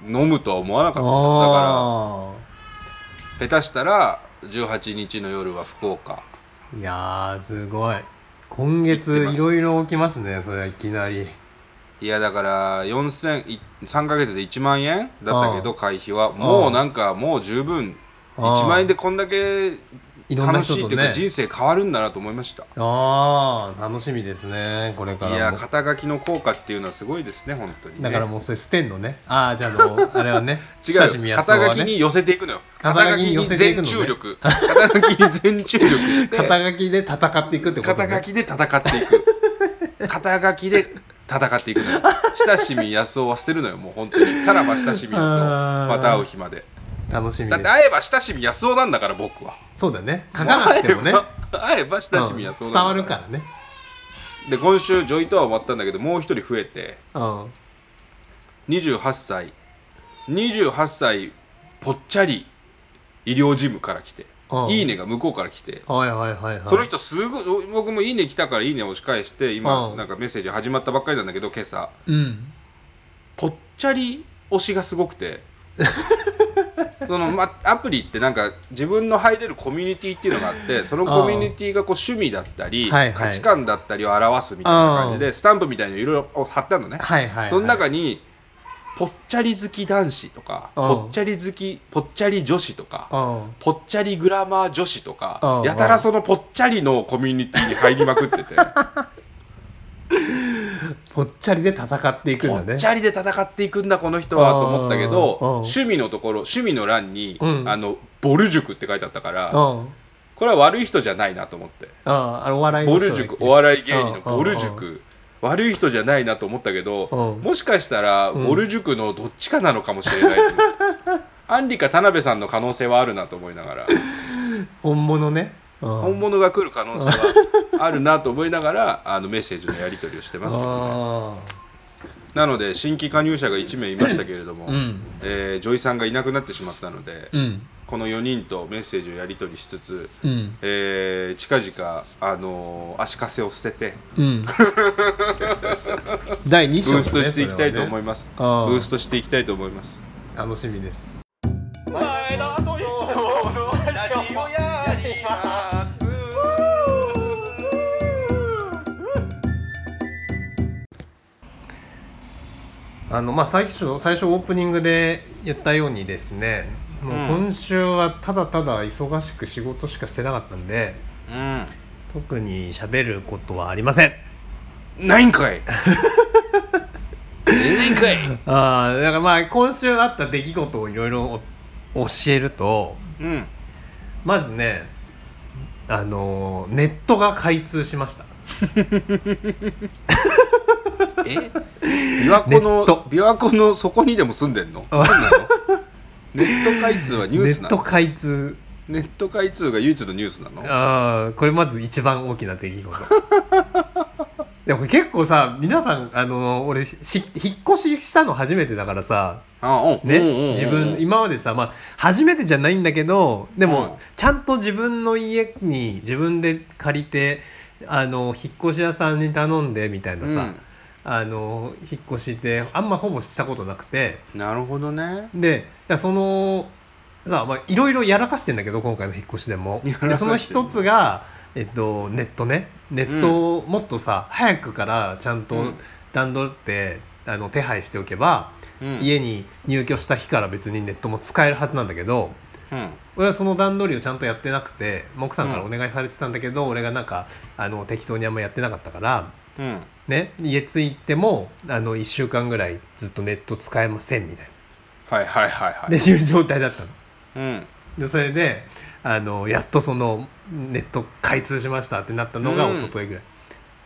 Speaker 1: 飲むとは思わなかっ
Speaker 2: あ
Speaker 1: ただから下手したら18日の夜は福岡
Speaker 2: あいやーすごい今月
Speaker 1: 言ってます
Speaker 2: いろいろ起きますねそれはいきなり
Speaker 1: いやだから4000 3ヶ月で1万円だったけ
Speaker 2: あ
Speaker 1: ど
Speaker 2: あ
Speaker 1: 会費はも
Speaker 2: あ
Speaker 1: う
Speaker 2: あ
Speaker 1: なんかもう十分
Speaker 2: ああ
Speaker 1: 1万円でこんだけ
Speaker 2: いろんな
Speaker 1: 楽
Speaker 2: 人
Speaker 1: しい
Speaker 2: と
Speaker 1: っていうか
Speaker 2: ね
Speaker 1: 人生変わるんだなと思いました
Speaker 2: ああ楽しみですねこれから
Speaker 1: い
Speaker 2: も
Speaker 1: や肩書きの効果っていうのはすごいですね本当にね
Speaker 2: だからもうそれ捨てんのねああじゃああ のあれはね
Speaker 1: 違
Speaker 2: 親し
Speaker 1: う
Speaker 2: み
Speaker 1: よ
Speaker 2: やすお
Speaker 1: 肩
Speaker 2: は
Speaker 1: 書き
Speaker 2: ね
Speaker 1: に寄せていくのよ肩
Speaker 2: 肩
Speaker 1: 書
Speaker 2: 書
Speaker 1: き
Speaker 2: きに
Speaker 1: に
Speaker 2: 寄せて
Speaker 1: 全
Speaker 2: いくのね
Speaker 1: 注力肩書きに全注力して
Speaker 2: 肩書きで戦っていくってこと
Speaker 1: 肩
Speaker 2: ね
Speaker 1: 書きで戦っていく肩書きで戦っていくのよ親しみ安男は捨てるのよもう本当にさらば親しみ安
Speaker 2: あ
Speaker 1: 男
Speaker 2: ー
Speaker 1: また会う日まで
Speaker 2: 楽しみ
Speaker 1: だっ
Speaker 2: で
Speaker 1: て
Speaker 2: す
Speaker 1: 会えば親しみ安男なんだから僕は
Speaker 2: そうだね書かなくてもね
Speaker 1: 会えば親しみ安男
Speaker 2: うん伝
Speaker 1: な
Speaker 2: わ
Speaker 1: んだ
Speaker 2: る
Speaker 1: か
Speaker 2: かららね
Speaker 1: で今週ジョイとは終わったんだけどもう一人増えて
Speaker 2: うん
Speaker 1: 28歳28歳ぽっちゃり医療事務から来て「
Speaker 2: うん
Speaker 1: いいね」が向こうから来て
Speaker 2: はいはいはいはい
Speaker 1: その人すごい僕も「いいね」来たから「いいね」押し返して今
Speaker 2: うん
Speaker 1: なんかメッセージ始まったばっかりなんだけど今朝
Speaker 2: うん
Speaker 1: ぽっちゃり推しがすごくて その、ま、アプリってなんか自分の入れるコミュニティっていうのがあってそのコミュニティがこう趣味だったり、
Speaker 2: はいはい
Speaker 1: 価値観だったりを表すみたいな感じでスタンプみたいにいろいろ貼ったのね、
Speaker 2: はいはいはい
Speaker 1: その中にぽっちゃり好き男子とか
Speaker 2: うん
Speaker 1: ぽっちゃり好きぽっちゃり女子と
Speaker 2: う
Speaker 1: か
Speaker 2: ん
Speaker 1: ぽっちゃりグラマー女子とか
Speaker 2: うん
Speaker 1: やたらそのぽっちゃりのコミュニティに入りまくってて
Speaker 2: ぽっちゃりで戦っていくん
Speaker 1: ぽ
Speaker 2: だ
Speaker 1: っ
Speaker 2: ね
Speaker 1: ちゃりで戦っていくんだこの人はと思ったけど
Speaker 2: うんうん
Speaker 1: 趣味のところ趣味の欄に
Speaker 2: うん
Speaker 1: あのボル塾って書いてあったか
Speaker 2: う
Speaker 1: ら
Speaker 2: んうん
Speaker 1: これは悪い人じゃないなと思って
Speaker 2: あのお笑い
Speaker 1: ボ
Speaker 2: の
Speaker 1: ル
Speaker 2: 人だっけ
Speaker 1: 塾お笑い芸人のボル
Speaker 2: うん
Speaker 1: 塾悪い人じゃないなと思ったけど
Speaker 2: うん
Speaker 1: もしかしたら
Speaker 2: ん
Speaker 1: ボル塾のどっちかなのかもしれないと思って アンリか田辺さんの可能性はあるなと思いながら
Speaker 2: 本物ねうん
Speaker 1: 本物が来る可能性 はあるなと思いながらあのメッセージのやり取りをしてますけどね
Speaker 2: あ
Speaker 1: なので新規加入者が1名いましたけれども、
Speaker 2: あうん
Speaker 1: えージョイさんがいなくなってしまったので、
Speaker 2: うん
Speaker 1: この4人とメッセージをやり取りしつつ、
Speaker 2: うん
Speaker 1: えー近々、あのー足かせを捨てて
Speaker 2: うん 第2章
Speaker 1: ブーストしていきたいと
Speaker 2: い
Speaker 1: 思います、
Speaker 2: それはねあー
Speaker 1: ブーストしていきたいと思います
Speaker 2: 楽しみですあのまあ最初最初オープニングで言ったようにですねもう
Speaker 1: うん
Speaker 2: 今週はただただ忙しく仕事しかしてなかったんで
Speaker 1: う
Speaker 2: 特に喋ることはありません
Speaker 1: んないんか いないんかい
Speaker 2: ああだからまあ今週あった出来事をいろいろ教えると
Speaker 1: うん
Speaker 2: まずねあのネットが開通しました
Speaker 1: え琵琶湖
Speaker 2: ネ
Speaker 1: の
Speaker 2: ット
Speaker 1: 琵琶湖のそこにでも住んでんの何なのネット開通はニュー
Speaker 2: ネ
Speaker 1: ス
Speaker 2: ッ
Speaker 1: な
Speaker 2: ト
Speaker 1: の
Speaker 2: 開通
Speaker 1: ネット開通が唯一のニュースなの
Speaker 2: ああこれまず一番大きな出来事 でも結構さ皆さんあの俺し引っ越ししたの初めてだからさ
Speaker 1: あうん
Speaker 2: ね、
Speaker 1: うんうんうん
Speaker 2: 自分今までさ、まあ、初めてじゃないんだけどでも、
Speaker 1: うん
Speaker 2: ちゃんと自分の家に自分で借りてあの引っ越し屋さんに頼んでみたいなさ、あの引っ越しってあんまほぼしたことなくて
Speaker 1: うんなるほどね
Speaker 2: でじゃあそのさまあいろいろやらかしてんだけど今回の引っ越しでも
Speaker 1: やらかしてる
Speaker 2: でその一つが、えっと、ネットねネットをもっとさ、早くからちゃんと
Speaker 1: うん
Speaker 2: 段取って、あの手配しておけば、
Speaker 1: うん
Speaker 2: 家に入居した日から別にネットも使えるはずなんだけど
Speaker 1: うん
Speaker 2: 俺はその段取りをちゃんとやってなくてまあ奥さんからお願いされてたんだけど、俺がなんかあの適当にあんまやってなかったから。
Speaker 1: うん
Speaker 2: ね、家着いてもあの1週間ぐらいずっとネット使えませんみたい
Speaker 1: はいはいはいは
Speaker 2: ないでいう状態だった
Speaker 1: う
Speaker 2: の。
Speaker 1: ん
Speaker 2: でそれであのやっとそのネット開通しましたってなったのが
Speaker 1: うん
Speaker 2: 一昨日ぐらい、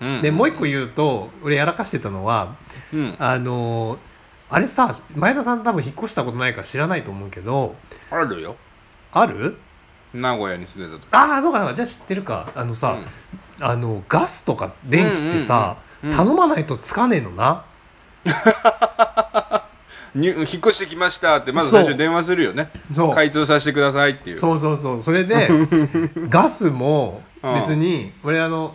Speaker 1: うん
Speaker 2: でもう一個言うと俺やらかしてたのは
Speaker 1: うん
Speaker 2: あのあれさ前田さん多分引っ越したことないから知らないと思うけど
Speaker 1: あるよ
Speaker 2: ある
Speaker 1: 名古屋に住んでた時
Speaker 2: ああそうかそうかじゃあ知ってるかあのさ、あのガスとか電気ってさ、
Speaker 1: うんうんうんうん
Speaker 2: 頼まないとつかねえのな
Speaker 1: に引っ越してきましたってまず最初
Speaker 2: そう
Speaker 1: に電話するよね
Speaker 2: そう
Speaker 1: 開通させてくださいっていう
Speaker 2: そうそうそうそれ でガスも
Speaker 1: うん
Speaker 2: 別に俺あの、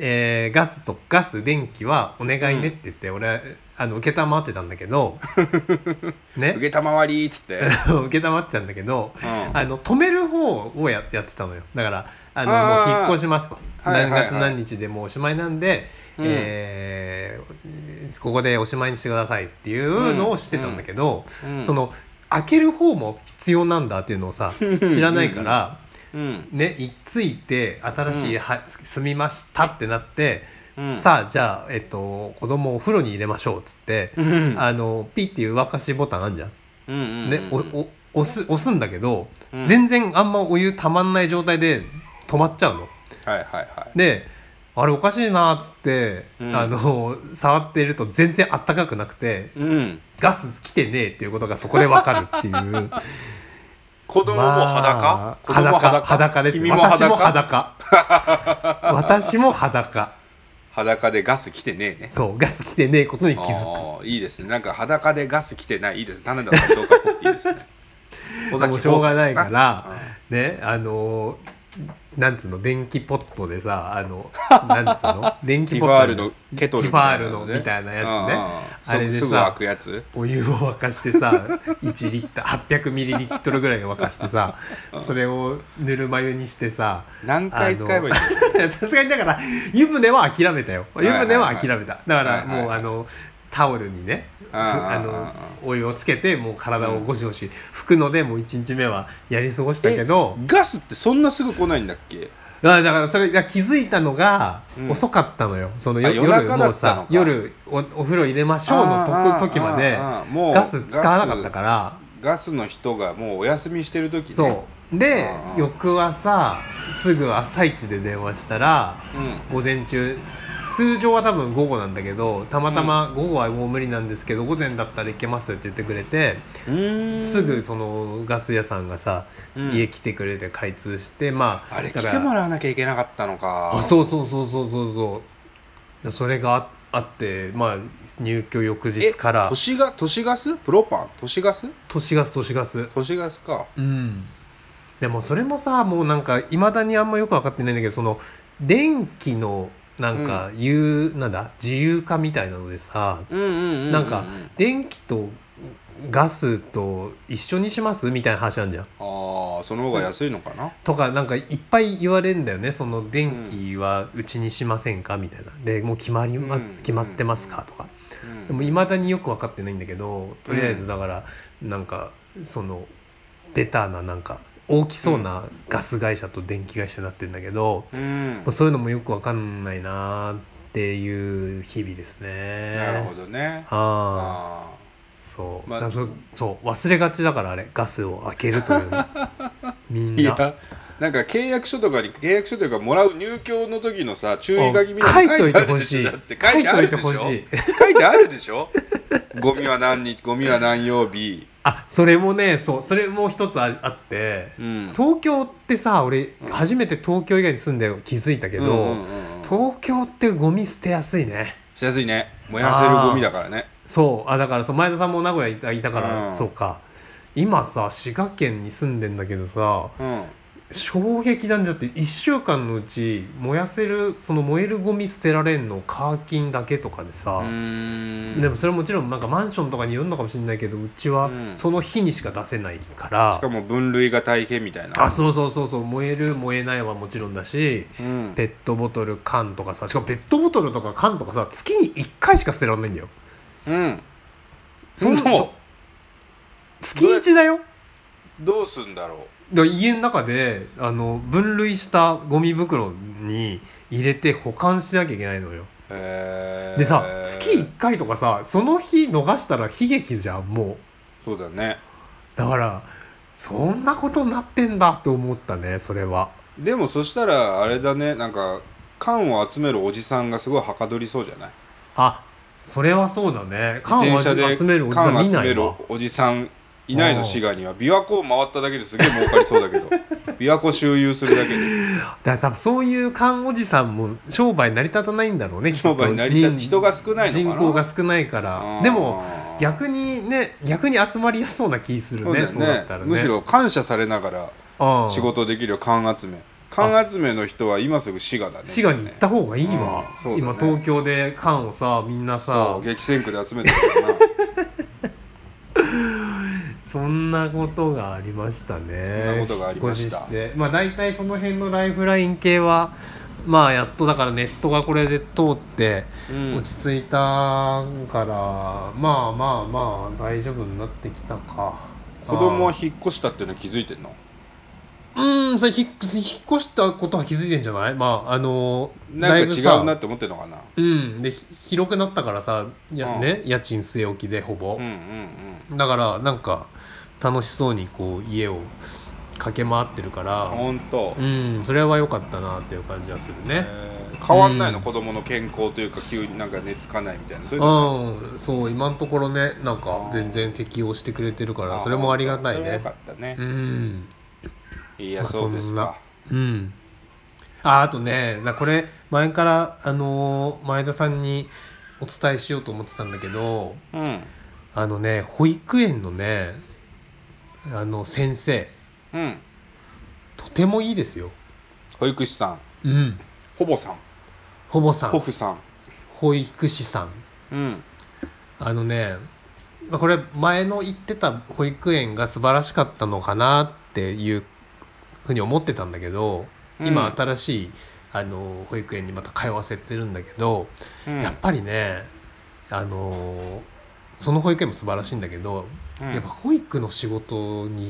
Speaker 2: えーガスとガス電気はお願いねって言って俺はあの承ってたんだ けど
Speaker 1: 受
Speaker 2: ね
Speaker 1: けたまわりーっつって、
Speaker 2: 承ってたんだけど
Speaker 1: うん
Speaker 2: あの止める方をややってたのよだからあの
Speaker 1: あー
Speaker 2: もう引っ越しますと
Speaker 1: はいはい
Speaker 2: 何
Speaker 1: はい
Speaker 2: 月何日でもうおしまいなんで、
Speaker 1: うん
Speaker 2: えーここでおしまいにしてくださいっていうのをしてたんだけど、
Speaker 1: うん
Speaker 2: その開ける方も必要なんだっていうの をさ知らないから
Speaker 1: うん
Speaker 2: ねいついて新しいは住みましたってなって、
Speaker 1: うん
Speaker 2: さあじゃあ、えっと、子供をお風呂に入れましょうっつって、
Speaker 1: うん
Speaker 2: あのピッていう沸かしボタンあんじゃん。
Speaker 1: うんうん
Speaker 2: ね、おお押す押すんだけど、
Speaker 1: うん
Speaker 2: 全然あんまお湯たまんない状態で止まっちゃうの。
Speaker 1: はいはいはい
Speaker 2: であれおかしいなっつって、
Speaker 1: うん
Speaker 2: あの触ってると全然あったかくなくて
Speaker 1: うん
Speaker 2: ガス来てねえっていうことがそこでわかるっていう。
Speaker 1: 子供も裸、
Speaker 2: まあ
Speaker 1: 子供も
Speaker 2: 裸裸です
Speaker 1: 君も
Speaker 2: 私
Speaker 1: 裸
Speaker 2: も裸私 も裸
Speaker 1: 裸でガス来てねえね
Speaker 2: そうガス来てねえことに気づく
Speaker 1: ああいいですねなんか裸でガス来てないいいですね種田さんどうかっぽくていいですね尾
Speaker 2: もうしょうがないから
Speaker 1: あ
Speaker 2: ねあのーなんつうの電気ポットでさ あのなんつうの電
Speaker 1: テ
Speaker 2: 気
Speaker 1: ィ
Speaker 2: ポ
Speaker 1: フ
Speaker 2: ッ
Speaker 1: ァー
Speaker 2: ト
Speaker 1: ル
Speaker 2: で
Speaker 1: のケトル
Speaker 2: ティファールのみたいなやつね
Speaker 1: つ
Speaker 2: あれでさ
Speaker 1: すぐ開くやつ
Speaker 2: お湯を沸かしてさ1リッ ター800ミリリットルぐらいを沸かしてさそれをぬるま湯にしてさ
Speaker 1: 何回使えばいいんだろう
Speaker 2: いや さすがにだから湯船は諦めたよ湯
Speaker 1: いはいはい
Speaker 2: 船は諦めた、だから
Speaker 1: はいはい
Speaker 2: もう
Speaker 1: はい
Speaker 2: あのタオルにねふ
Speaker 1: ああ
Speaker 2: あ
Speaker 1: ああ
Speaker 2: のお湯をつけてもう体をゴシゴシ拭くのでもう1日目はやり過ごしたけど
Speaker 1: ガスってそんなすぐ来ないんだっけ
Speaker 2: あだからそれいや気づいたのが
Speaker 1: うん
Speaker 2: 遅かったのよ、その
Speaker 1: あ
Speaker 2: よ
Speaker 1: 夜
Speaker 2: 夜
Speaker 1: 中だったのか
Speaker 2: もうさ夜おお風呂入れましょうの
Speaker 1: ああ
Speaker 2: と時まで
Speaker 1: ああああもう
Speaker 2: ガス使わなかったから
Speaker 1: ガスの人がもうお休みしてる時ね
Speaker 2: そうで
Speaker 1: ああ
Speaker 2: 翌朝すぐ朝一で電話したら
Speaker 1: うん
Speaker 2: 午前中通常は多分午後なんだけどたまたま午後はもう無理なんですけど、午前だったら行けますって言ってくれて
Speaker 1: うーん
Speaker 2: すぐそのガス屋さんがさ、
Speaker 1: うん
Speaker 2: 家来てくれて開通してまあ
Speaker 1: あれ
Speaker 2: だ
Speaker 1: 来
Speaker 2: か
Speaker 1: て
Speaker 2: ら
Speaker 1: もらわなきゃいけなかったのか
Speaker 2: あそうそうそうそうそうそうそれがああってまあ入居翌
Speaker 1: え
Speaker 2: 日から
Speaker 1: 都市ガ都市ガスプロパン都市ガス
Speaker 2: 都市ガス都市ガス
Speaker 1: 都市ガスか
Speaker 2: うんでもそれもさもうなんかいまだにあんまよく分かってないんだけどその電気のなんか、有なんだ自由化みたいなのでさ、
Speaker 1: うんうんうう
Speaker 2: なんか電気とガスと一緒にしますみたいな話なんじゃん。
Speaker 1: ああその方が安いのかな
Speaker 2: とかなんかいっぱい言われるんだよねその電気はうちにしませんかみたいなでもう決まりま、
Speaker 1: うん
Speaker 2: 決まってますかとか
Speaker 1: うん
Speaker 2: でもいまだによく分かってないんだけどとりあえずだからなんかそのベターななんか大きそうなガス会社と電気会社になってんだけど、
Speaker 1: うん
Speaker 2: もうそういうのもよく分かんないなーっていう日々ですね。
Speaker 1: なるほどね
Speaker 2: あー
Speaker 1: あ
Speaker 2: そう、
Speaker 1: まあ
Speaker 2: だからそそう忘れがちだからあれガスを開けるとい うのみん
Speaker 1: ーい
Speaker 2: な
Speaker 1: やなんか契約書とかに契約書というかもらう入居の時のさ注意書きみた
Speaker 2: 書
Speaker 1: い
Speaker 2: い
Speaker 1: な
Speaker 2: といて
Speaker 1: ある
Speaker 2: ほ
Speaker 1: で
Speaker 2: し
Speaker 1: し
Speaker 2: い
Speaker 1: ょだって書いてあるでしょ
Speaker 2: 書いといてほしい
Speaker 1: 書いてあるでしょ ゴミは何日ゴミは何曜日
Speaker 2: あそれもねそうそれも一つああって
Speaker 1: うん
Speaker 2: 東京ってさ俺初めて東京以外に住んで気づいたけど、
Speaker 1: うんうんうんうん
Speaker 2: 東京ってゴミ捨てやすいね
Speaker 1: しやすいね燃やせるゴミだからね
Speaker 2: そうあだからそう前田さんも名古屋いたいたから、
Speaker 1: うん
Speaker 2: そうか今さ滋賀県に住んでんだけどさ
Speaker 1: うん
Speaker 2: 衝撃だねだって1週間のうち燃やせるその燃えるゴミ捨てられんのカーキンだけとかでさ、
Speaker 1: うーん
Speaker 2: でもそれもちろんなんかマンションとかによるのかもしれないけどうちは
Speaker 1: うん
Speaker 2: その日にしか出せないから、
Speaker 1: しかも分類が大変みたいな
Speaker 2: あそうそうそうそう燃える燃えないはもちろんだし
Speaker 1: うん
Speaker 2: ペットボトル缶とかさしかもペットボトルとか缶とかさ月に1回しか捨てられないんだよ
Speaker 1: うん
Speaker 2: そんな
Speaker 1: でも
Speaker 2: と月1だよ
Speaker 1: どうすんだろ
Speaker 2: だから家の中であの分類したゴミ袋に入れて保管しなきゃいけないのよ
Speaker 1: うへー
Speaker 2: でさ月1回とかさその日逃したら悲劇じゃんもう
Speaker 1: そうだね
Speaker 2: だからそんなことになってんだって思ったねそれは
Speaker 1: でもそしたらあれだねなんか缶を集めるおじさんがすごいはかどりそうじゃない
Speaker 2: あそれはそうだね缶
Speaker 1: 自
Speaker 2: を
Speaker 1: 転車で
Speaker 2: 集めるおじさん
Speaker 1: 缶
Speaker 2: 見
Speaker 1: 集
Speaker 2: な
Speaker 1: め
Speaker 2: い
Speaker 1: る
Speaker 2: わ
Speaker 1: おじさんいない
Speaker 2: うん
Speaker 1: の滋賀には琵琶湖を回っただけですげえ儲かりそうだ けど琵琶湖周遊するだけで
Speaker 2: だから多分そういう缶おじさんも商売成り立たないんだろうねきっと
Speaker 1: 商売成り立って人が少ないのかな
Speaker 2: 人口が少ないからでも逆にね逆に集まりやすそうな気する
Speaker 1: そうだ
Speaker 2: ね
Speaker 1: よ
Speaker 2: そうだ
Speaker 1: ね
Speaker 2: ったらね
Speaker 1: むしろ感謝されながら
Speaker 2: うん
Speaker 1: 仕事できるよ缶集め缶集めの人は今すぐ滋賀だね
Speaker 2: 滋賀に行った方がいいわ
Speaker 1: うん、そうだね
Speaker 2: 今東京で缶をさみんなさ
Speaker 1: そう激戦区で集めてるからな
Speaker 2: そんなことがありましたね。
Speaker 1: そんなことがありました
Speaker 2: 引っ越してまあ大体その辺のライフライン系は、まあやっとだからネットがこれで通って
Speaker 1: うん
Speaker 2: 落ち着いたから、まあまあまあ大丈夫になってきたか。
Speaker 1: 子供は
Speaker 2: あー
Speaker 1: 引っ越したっていうのは気づいてんの
Speaker 2: うーん、それ引っ引っ越したことは気づいてんじゃないまああの
Speaker 1: なんか違
Speaker 2: さ
Speaker 1: うなって思ってるのかな
Speaker 2: うん、でひ広くなったからさ、いや
Speaker 1: うん
Speaker 2: ね、家賃据え置きでほぼ。
Speaker 1: うんうんうん
Speaker 2: だからなんか楽しそうにこう家を駆け回ってるから
Speaker 1: 本当、
Speaker 2: うんそれは良かったなっていう感じはするね
Speaker 1: えー変わんないの、
Speaker 2: うん
Speaker 1: 子供の健康というか急になんか熱かないみたいなそういうの
Speaker 2: うんそう今のところねなんか全然適応してくれてるからそれもありがたい
Speaker 1: それはよ
Speaker 2: ね
Speaker 1: かったね
Speaker 2: う、ん
Speaker 1: いや
Speaker 2: まあ
Speaker 1: そうですか
Speaker 2: うんああとねなこれ前からあのー前田さんにお伝えしようと思ってたんだけど
Speaker 1: うん
Speaker 2: あのね保育園のねあの先生
Speaker 1: うん
Speaker 2: とてもいいですよ
Speaker 1: 保育士さん
Speaker 2: うん
Speaker 1: ほぼさん
Speaker 2: ほぼさん
Speaker 1: ほふさん
Speaker 2: 保育士さん
Speaker 1: うん
Speaker 2: あのねまあこれ前の言ってた保育園が素晴らしかったのかなっていうふうに思ってたんだけど今
Speaker 1: うん
Speaker 2: 新しい、あの保育園にまた通わせてるんだけど、
Speaker 1: うん
Speaker 2: やっぱりねあのその保育園も素晴らしいんだけど、
Speaker 1: うん
Speaker 2: やっぱ保育の仕事に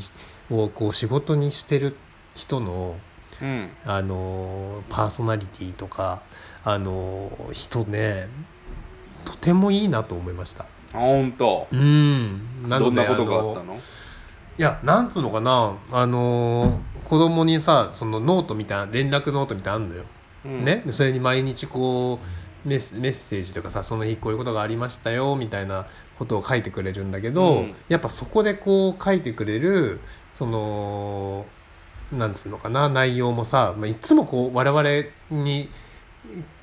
Speaker 2: をこう仕事にしてる人の
Speaker 1: うん
Speaker 2: あのーパーソナリティとかあのー人ねとてもいいなと思いました
Speaker 1: あ本当
Speaker 2: うん
Speaker 1: どんなことがあ
Speaker 2: の
Speaker 1: ったの
Speaker 2: いやなんつうのかなあのー子供にさそのノートみたいな連絡ノートみたいなのあんのよ、
Speaker 1: うん
Speaker 2: ねでそれに毎日こうメッセメッセージとかさその日こういうことがありましたよみたいなことを書いてくれるんだけど、
Speaker 1: うん
Speaker 2: やっぱそこでこう書いてくれるそのなんつうのかな内容もさ、まあ、いつもこう我々に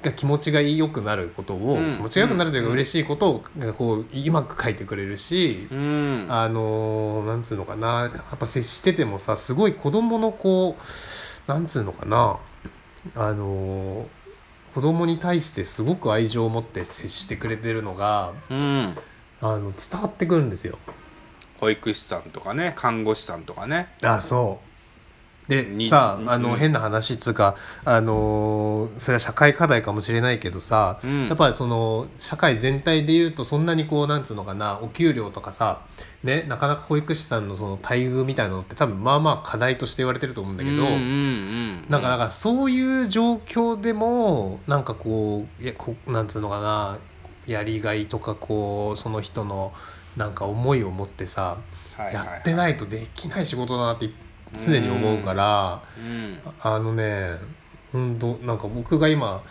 Speaker 2: が気持ちが良くなることを、
Speaker 1: うん
Speaker 2: 気持ちが良くなるというか
Speaker 1: うん
Speaker 2: 嬉しいことをなんかこううまく書いてくれるし、
Speaker 1: うん
Speaker 2: あのーなんつうのかなやっぱ接しててもさすごい子供のこうなんつうのかなあのー子供に対してすごく愛情を持って接してくれてるのが
Speaker 1: うん
Speaker 2: あの伝わってくるんですよ。
Speaker 1: 保育士さんとかね看護師さんとかね
Speaker 2: あそうで
Speaker 1: に
Speaker 2: さ
Speaker 1: うん
Speaker 2: あの
Speaker 1: うん
Speaker 2: 変な話っつうかあのーそれは社会課題かもしれないけどさ、
Speaker 1: うん
Speaker 2: やっぱりその社会全体で言うとそんなにこうなんつうのかなお給料とかさねなかなか保育士さんのその待遇みたいなのって多分まあまあ課題として言われてると思うんだけど。
Speaker 1: うんうん
Speaker 2: なんかだからそういう状況でもなんかこういやこなんつうのかなやりがいとかこうその人のなんか思いを持ってさ
Speaker 1: はいはいはい
Speaker 2: やってないとできない仕事だなって常に思うから、
Speaker 1: うん
Speaker 2: あのねほんとなんか僕が今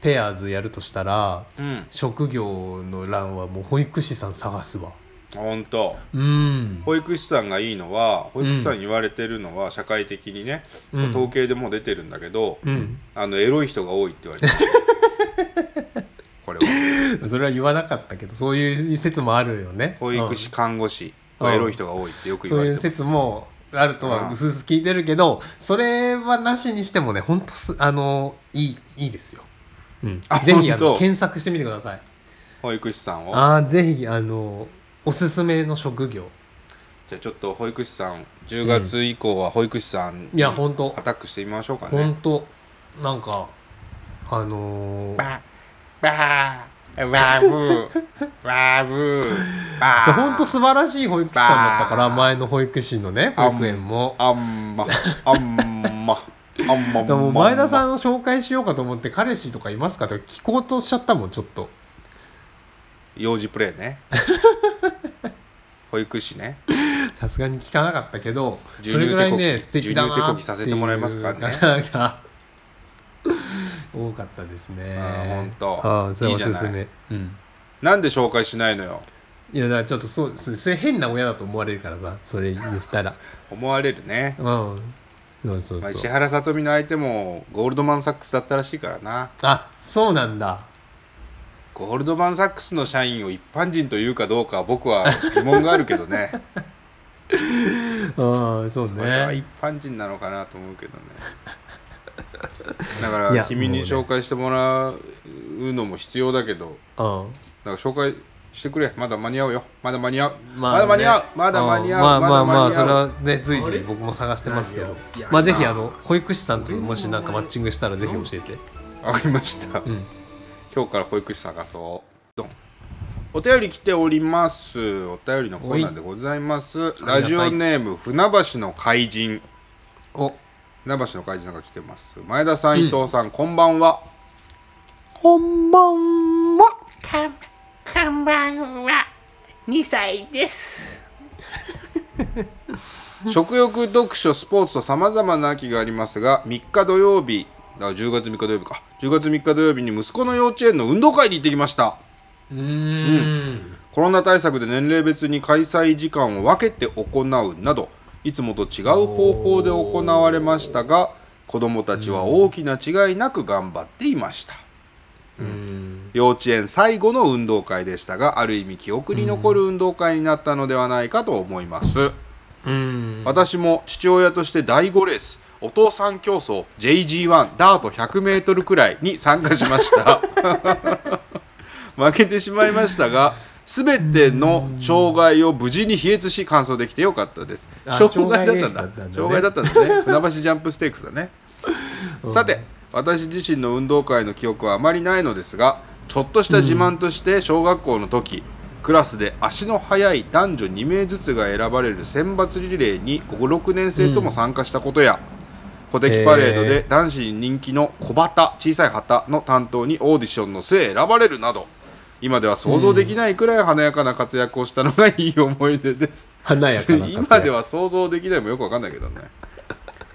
Speaker 2: ペアーズやるとしたら
Speaker 1: うん
Speaker 2: 職業の欄はもう保育士さん探すわ
Speaker 1: 本当
Speaker 2: うん
Speaker 1: 保育士さんがいいのは保育士さんに言われてるのは社会的にね、
Speaker 2: うん
Speaker 1: 統計でもう出てるんだけど、
Speaker 2: うん
Speaker 1: あのエロい人が多いって言われてる これは
Speaker 2: それは言わなかったけどそういう説もあるよね
Speaker 1: 保育士、看護師はエロい人が多いってよ
Speaker 2: う
Speaker 1: く言
Speaker 2: んそ
Speaker 1: わ
Speaker 2: うい
Speaker 1: れ
Speaker 2: う
Speaker 1: てる
Speaker 2: 説もあるとは
Speaker 1: うん
Speaker 2: うすうす聞いてるけどそれはなしにしてもねほんとすあのいいいいですよ、うん
Speaker 1: あ、
Speaker 2: ぜひあ
Speaker 1: ほん
Speaker 2: の
Speaker 1: と
Speaker 2: 検索してみてください
Speaker 1: 保育士さんを
Speaker 2: あーぜひあのおすすめの職業
Speaker 1: じゃあちょっと保育士さん10月以降は保育士さん
Speaker 2: いやほんと
Speaker 1: アタックしてみましょうか
Speaker 2: ほ
Speaker 1: ね
Speaker 2: んとなんかあのー
Speaker 1: バーバーブーバーブーバー
Speaker 2: ほんと素晴らしい保育士さんだったから前の保育士のね保育園も
Speaker 1: あんまあんまあんま
Speaker 2: でも前田さ
Speaker 1: ん
Speaker 2: んを紹介しようかと思って彼氏とかいますかって聞こうとしちゃったもんちょっと
Speaker 1: 幼児プレイね 保育士ね
Speaker 2: さすがに聞かなかったけど
Speaker 1: 授乳
Speaker 2: それぐらいね
Speaker 1: 手こき
Speaker 2: 素敵だな
Speaker 1: 授乳手こきさせてもらいますからね
Speaker 2: っていう方が 多かったですね
Speaker 1: あーほんと
Speaker 2: あーそれ
Speaker 1: いい
Speaker 2: お
Speaker 1: じゃ
Speaker 2: す
Speaker 1: ない
Speaker 2: すめうん
Speaker 1: なんで紹介しないのよ
Speaker 2: いやだからちょっとそうそれそれ変な親だと思われるからさそれ言っ たら
Speaker 1: 思われるね
Speaker 2: うんそうそう
Speaker 1: まあ、
Speaker 2: そ
Speaker 1: 石
Speaker 2: う
Speaker 1: 原さとみの相手もゴールドマン・サックスだったらしいからな
Speaker 2: あそうなんだ
Speaker 1: ゴールドマン・サックスの社員を一般人というかどうかは僕は疑問があるけど ね
Speaker 2: うんそう
Speaker 1: これは一
Speaker 2: ね
Speaker 1: 般人なのかなと思うけどねだか
Speaker 2: い
Speaker 1: ら
Speaker 2: や
Speaker 1: 君に紹介してもらうのも必要だけど
Speaker 2: うん
Speaker 1: だから紹介してくれまだ間に合うよまだ間に合う、ま
Speaker 2: まあね
Speaker 1: だ間に合うまだ間に合う、
Speaker 2: まあまあまあ
Speaker 1: まだ間に合う
Speaker 2: それはね随
Speaker 3: あれ
Speaker 2: 時僕も探してますけど
Speaker 3: いや
Speaker 2: まあぜひあの保育士さんともしなんかマッチングしたらぜひ教えて
Speaker 1: わかりました、
Speaker 2: ん
Speaker 1: 今日から保育士探そうドンお便り来ておりますお便りのコーナーでございます
Speaker 2: がたい
Speaker 1: ラジオネーム船橋の怪人
Speaker 2: お
Speaker 1: 船橋の怪人が来てます前田さん、伊藤さんこんばんは
Speaker 2: こんばんは
Speaker 4: かん、こんばんは。2歳です。
Speaker 1: 食欲読書スポーツとさまざまな秋がありますが3日土曜日あ10月3日土曜日か10月3日土曜日に息子の幼稚園の運動会に行ってきました
Speaker 2: うーん
Speaker 1: コロナ対策で年齢別に開催時間を分けて行うなどいつもと違う方法で行われましたが子どもたちは大きな違いなく頑張っていました、
Speaker 2: うん
Speaker 1: 幼稚園最後の運動会でしたがある意味記憶に残る運動会になったのではないかと思います、
Speaker 2: うん
Speaker 1: 私も父親として第5レースお父さん競争 JG1 ダート 100m くらいに参加しました負けてしまいましたが全ての障害を無事に飛越し完走できてよかったです
Speaker 2: あ
Speaker 1: 障害だったんだ障
Speaker 2: 障
Speaker 1: 害
Speaker 2: 害
Speaker 1: だ
Speaker 2: レ
Speaker 1: っ
Speaker 2: ース
Speaker 1: たんだね船橋ジャンプステークスだねさて私自身の運動会の記憶はあまりないのですがちょっとした自慢として小学校の時、クラスで足の速い男女2名ずつが選ばれる選抜リレーに56年生とも参加したことや、小敵パレード
Speaker 2: へ
Speaker 1: で男子に人気の小旗小さい旗の担当にオーディションの末選ばれるなど今では想像できないくらい華やかな活躍をしたのがいい思い出です
Speaker 2: 華やかな活躍
Speaker 1: 今では想像できないもよくわかんないけどね。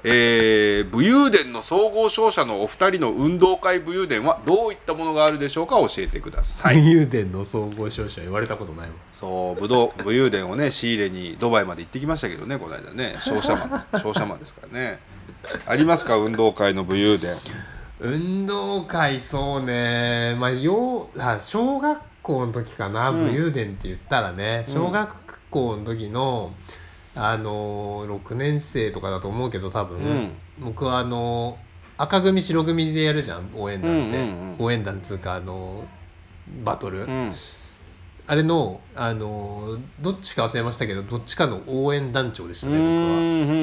Speaker 1: えー武勇伝の総合勝者のお二人の運動会武勇伝はどういったものがあるでしょうか教えてくださ い
Speaker 2: 武勇伝の総合商社言われたことないもん
Speaker 1: そう武道 武勇伝をね仕入れにドバイまで行ってきましたけどねこの間ね商社マン 商社マンですからねありますか運動会の武勇伝
Speaker 2: 運動会そうねまあようあ小学校の時かな、
Speaker 1: ん
Speaker 2: 武勇伝って言ったらね小学校の時の、あのー6年生とかだと思うけど多分、
Speaker 1: うん
Speaker 2: 僕はあのー赤組白組でやるじゃん応援団って、
Speaker 1: うんうんうん
Speaker 2: 応援団っつうかあのーバトル、
Speaker 1: うん
Speaker 2: あれの、あのーどっちか忘れましたけどどっちかの応援団長でした
Speaker 1: う
Speaker 2: ね僕は。
Speaker 1: んうんうんうんう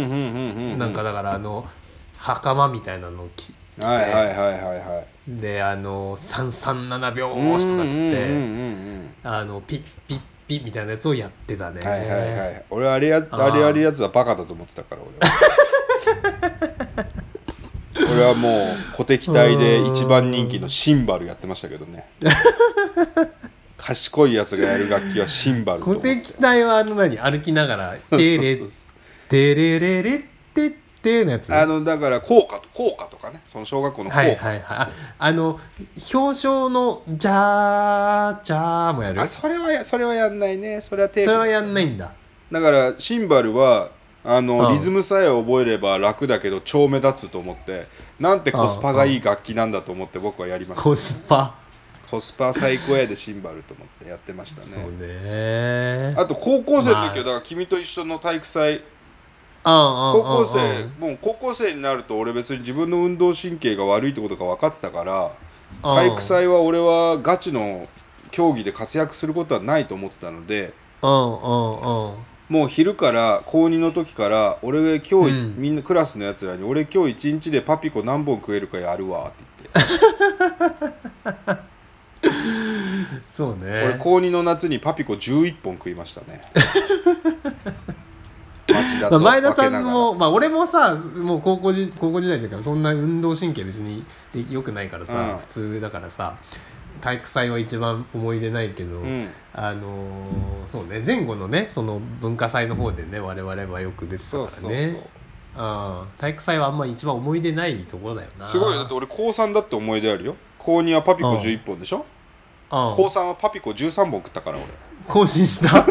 Speaker 1: ん
Speaker 2: なんかだからあの袴みたいなのを着着て、
Speaker 1: はいはいはいはいはい
Speaker 2: であの337秒押しとかっつっ
Speaker 1: うんうんう
Speaker 2: て
Speaker 1: ん
Speaker 2: あのピッピッピッみたいなやつをやってたね、
Speaker 1: うんはいはいはい俺あれやあれやるやつはバカだと思ってたから俺はこ れはもう小敵隊で一番人気のシンバルやってましたけどね賢いやつがやる楽器はシンバルと
Speaker 2: 小
Speaker 1: 思って
Speaker 2: 敵隊はあの何歩きながら「テ レ
Speaker 1: そうそうそ
Speaker 2: テレレレってって」のやつ
Speaker 1: あのだから校歌校歌とかねその小学校の校歌、
Speaker 2: はいはいはいああの表彰の「じゃーじゃー」もやる
Speaker 1: あ
Speaker 2: そ
Speaker 1: それはやそれはやんないねそれはテ
Speaker 2: れ
Speaker 1: ー
Speaker 2: は
Speaker 1: プ
Speaker 2: やんないんだ
Speaker 1: だからシンバルはあの、
Speaker 2: うん
Speaker 1: リズムさえ覚えれば楽だけど超目立つと思ってなんてコスパがいい楽器なんだと思って僕はやりました、
Speaker 2: コスパ
Speaker 1: コスパ最高やでシンバルと思ってやってました
Speaker 2: そう
Speaker 1: ね
Speaker 2: ね
Speaker 1: あと高校生の時は、
Speaker 2: まあ
Speaker 1: だから君と一緒の体育祭高
Speaker 2: 高
Speaker 1: 校生もう高校生になると俺別に自分の運動神経が悪いってことが分かってたから体育祭は俺はガチの競技で活躍することはないと思ってたので
Speaker 2: うんうんうん
Speaker 1: もう昼から高2の時から俺が今日い、
Speaker 2: うん
Speaker 1: みんなクラスのやつらに俺今日一日でパピコ何本食えるかやるわって言って
Speaker 2: そうね
Speaker 1: 俺高2の夏にパピコ11本食いましたね 町だ
Speaker 2: ま
Speaker 1: と
Speaker 2: あ、前田さ
Speaker 1: 分けなんがら
Speaker 2: も、まあ、俺もさもう高校時高校時代だからそんな運動神経別にで良くないからさ、
Speaker 1: うん
Speaker 2: 普通だからさ体育祭は一番思い出ないけど、
Speaker 1: うん
Speaker 2: あのーそうね前後のねその文化祭の方でね我々はよく出てたか
Speaker 1: そ
Speaker 2: ら
Speaker 1: う
Speaker 2: ね
Speaker 1: そうそう
Speaker 2: ああ体育祭はあんま一番思い出ないところだよな
Speaker 1: すごいよだって俺高3だって思い出あるよ高2はパピコ11本でしょ
Speaker 2: うん
Speaker 1: 高3はパピコ13本食ったから俺
Speaker 2: 更新した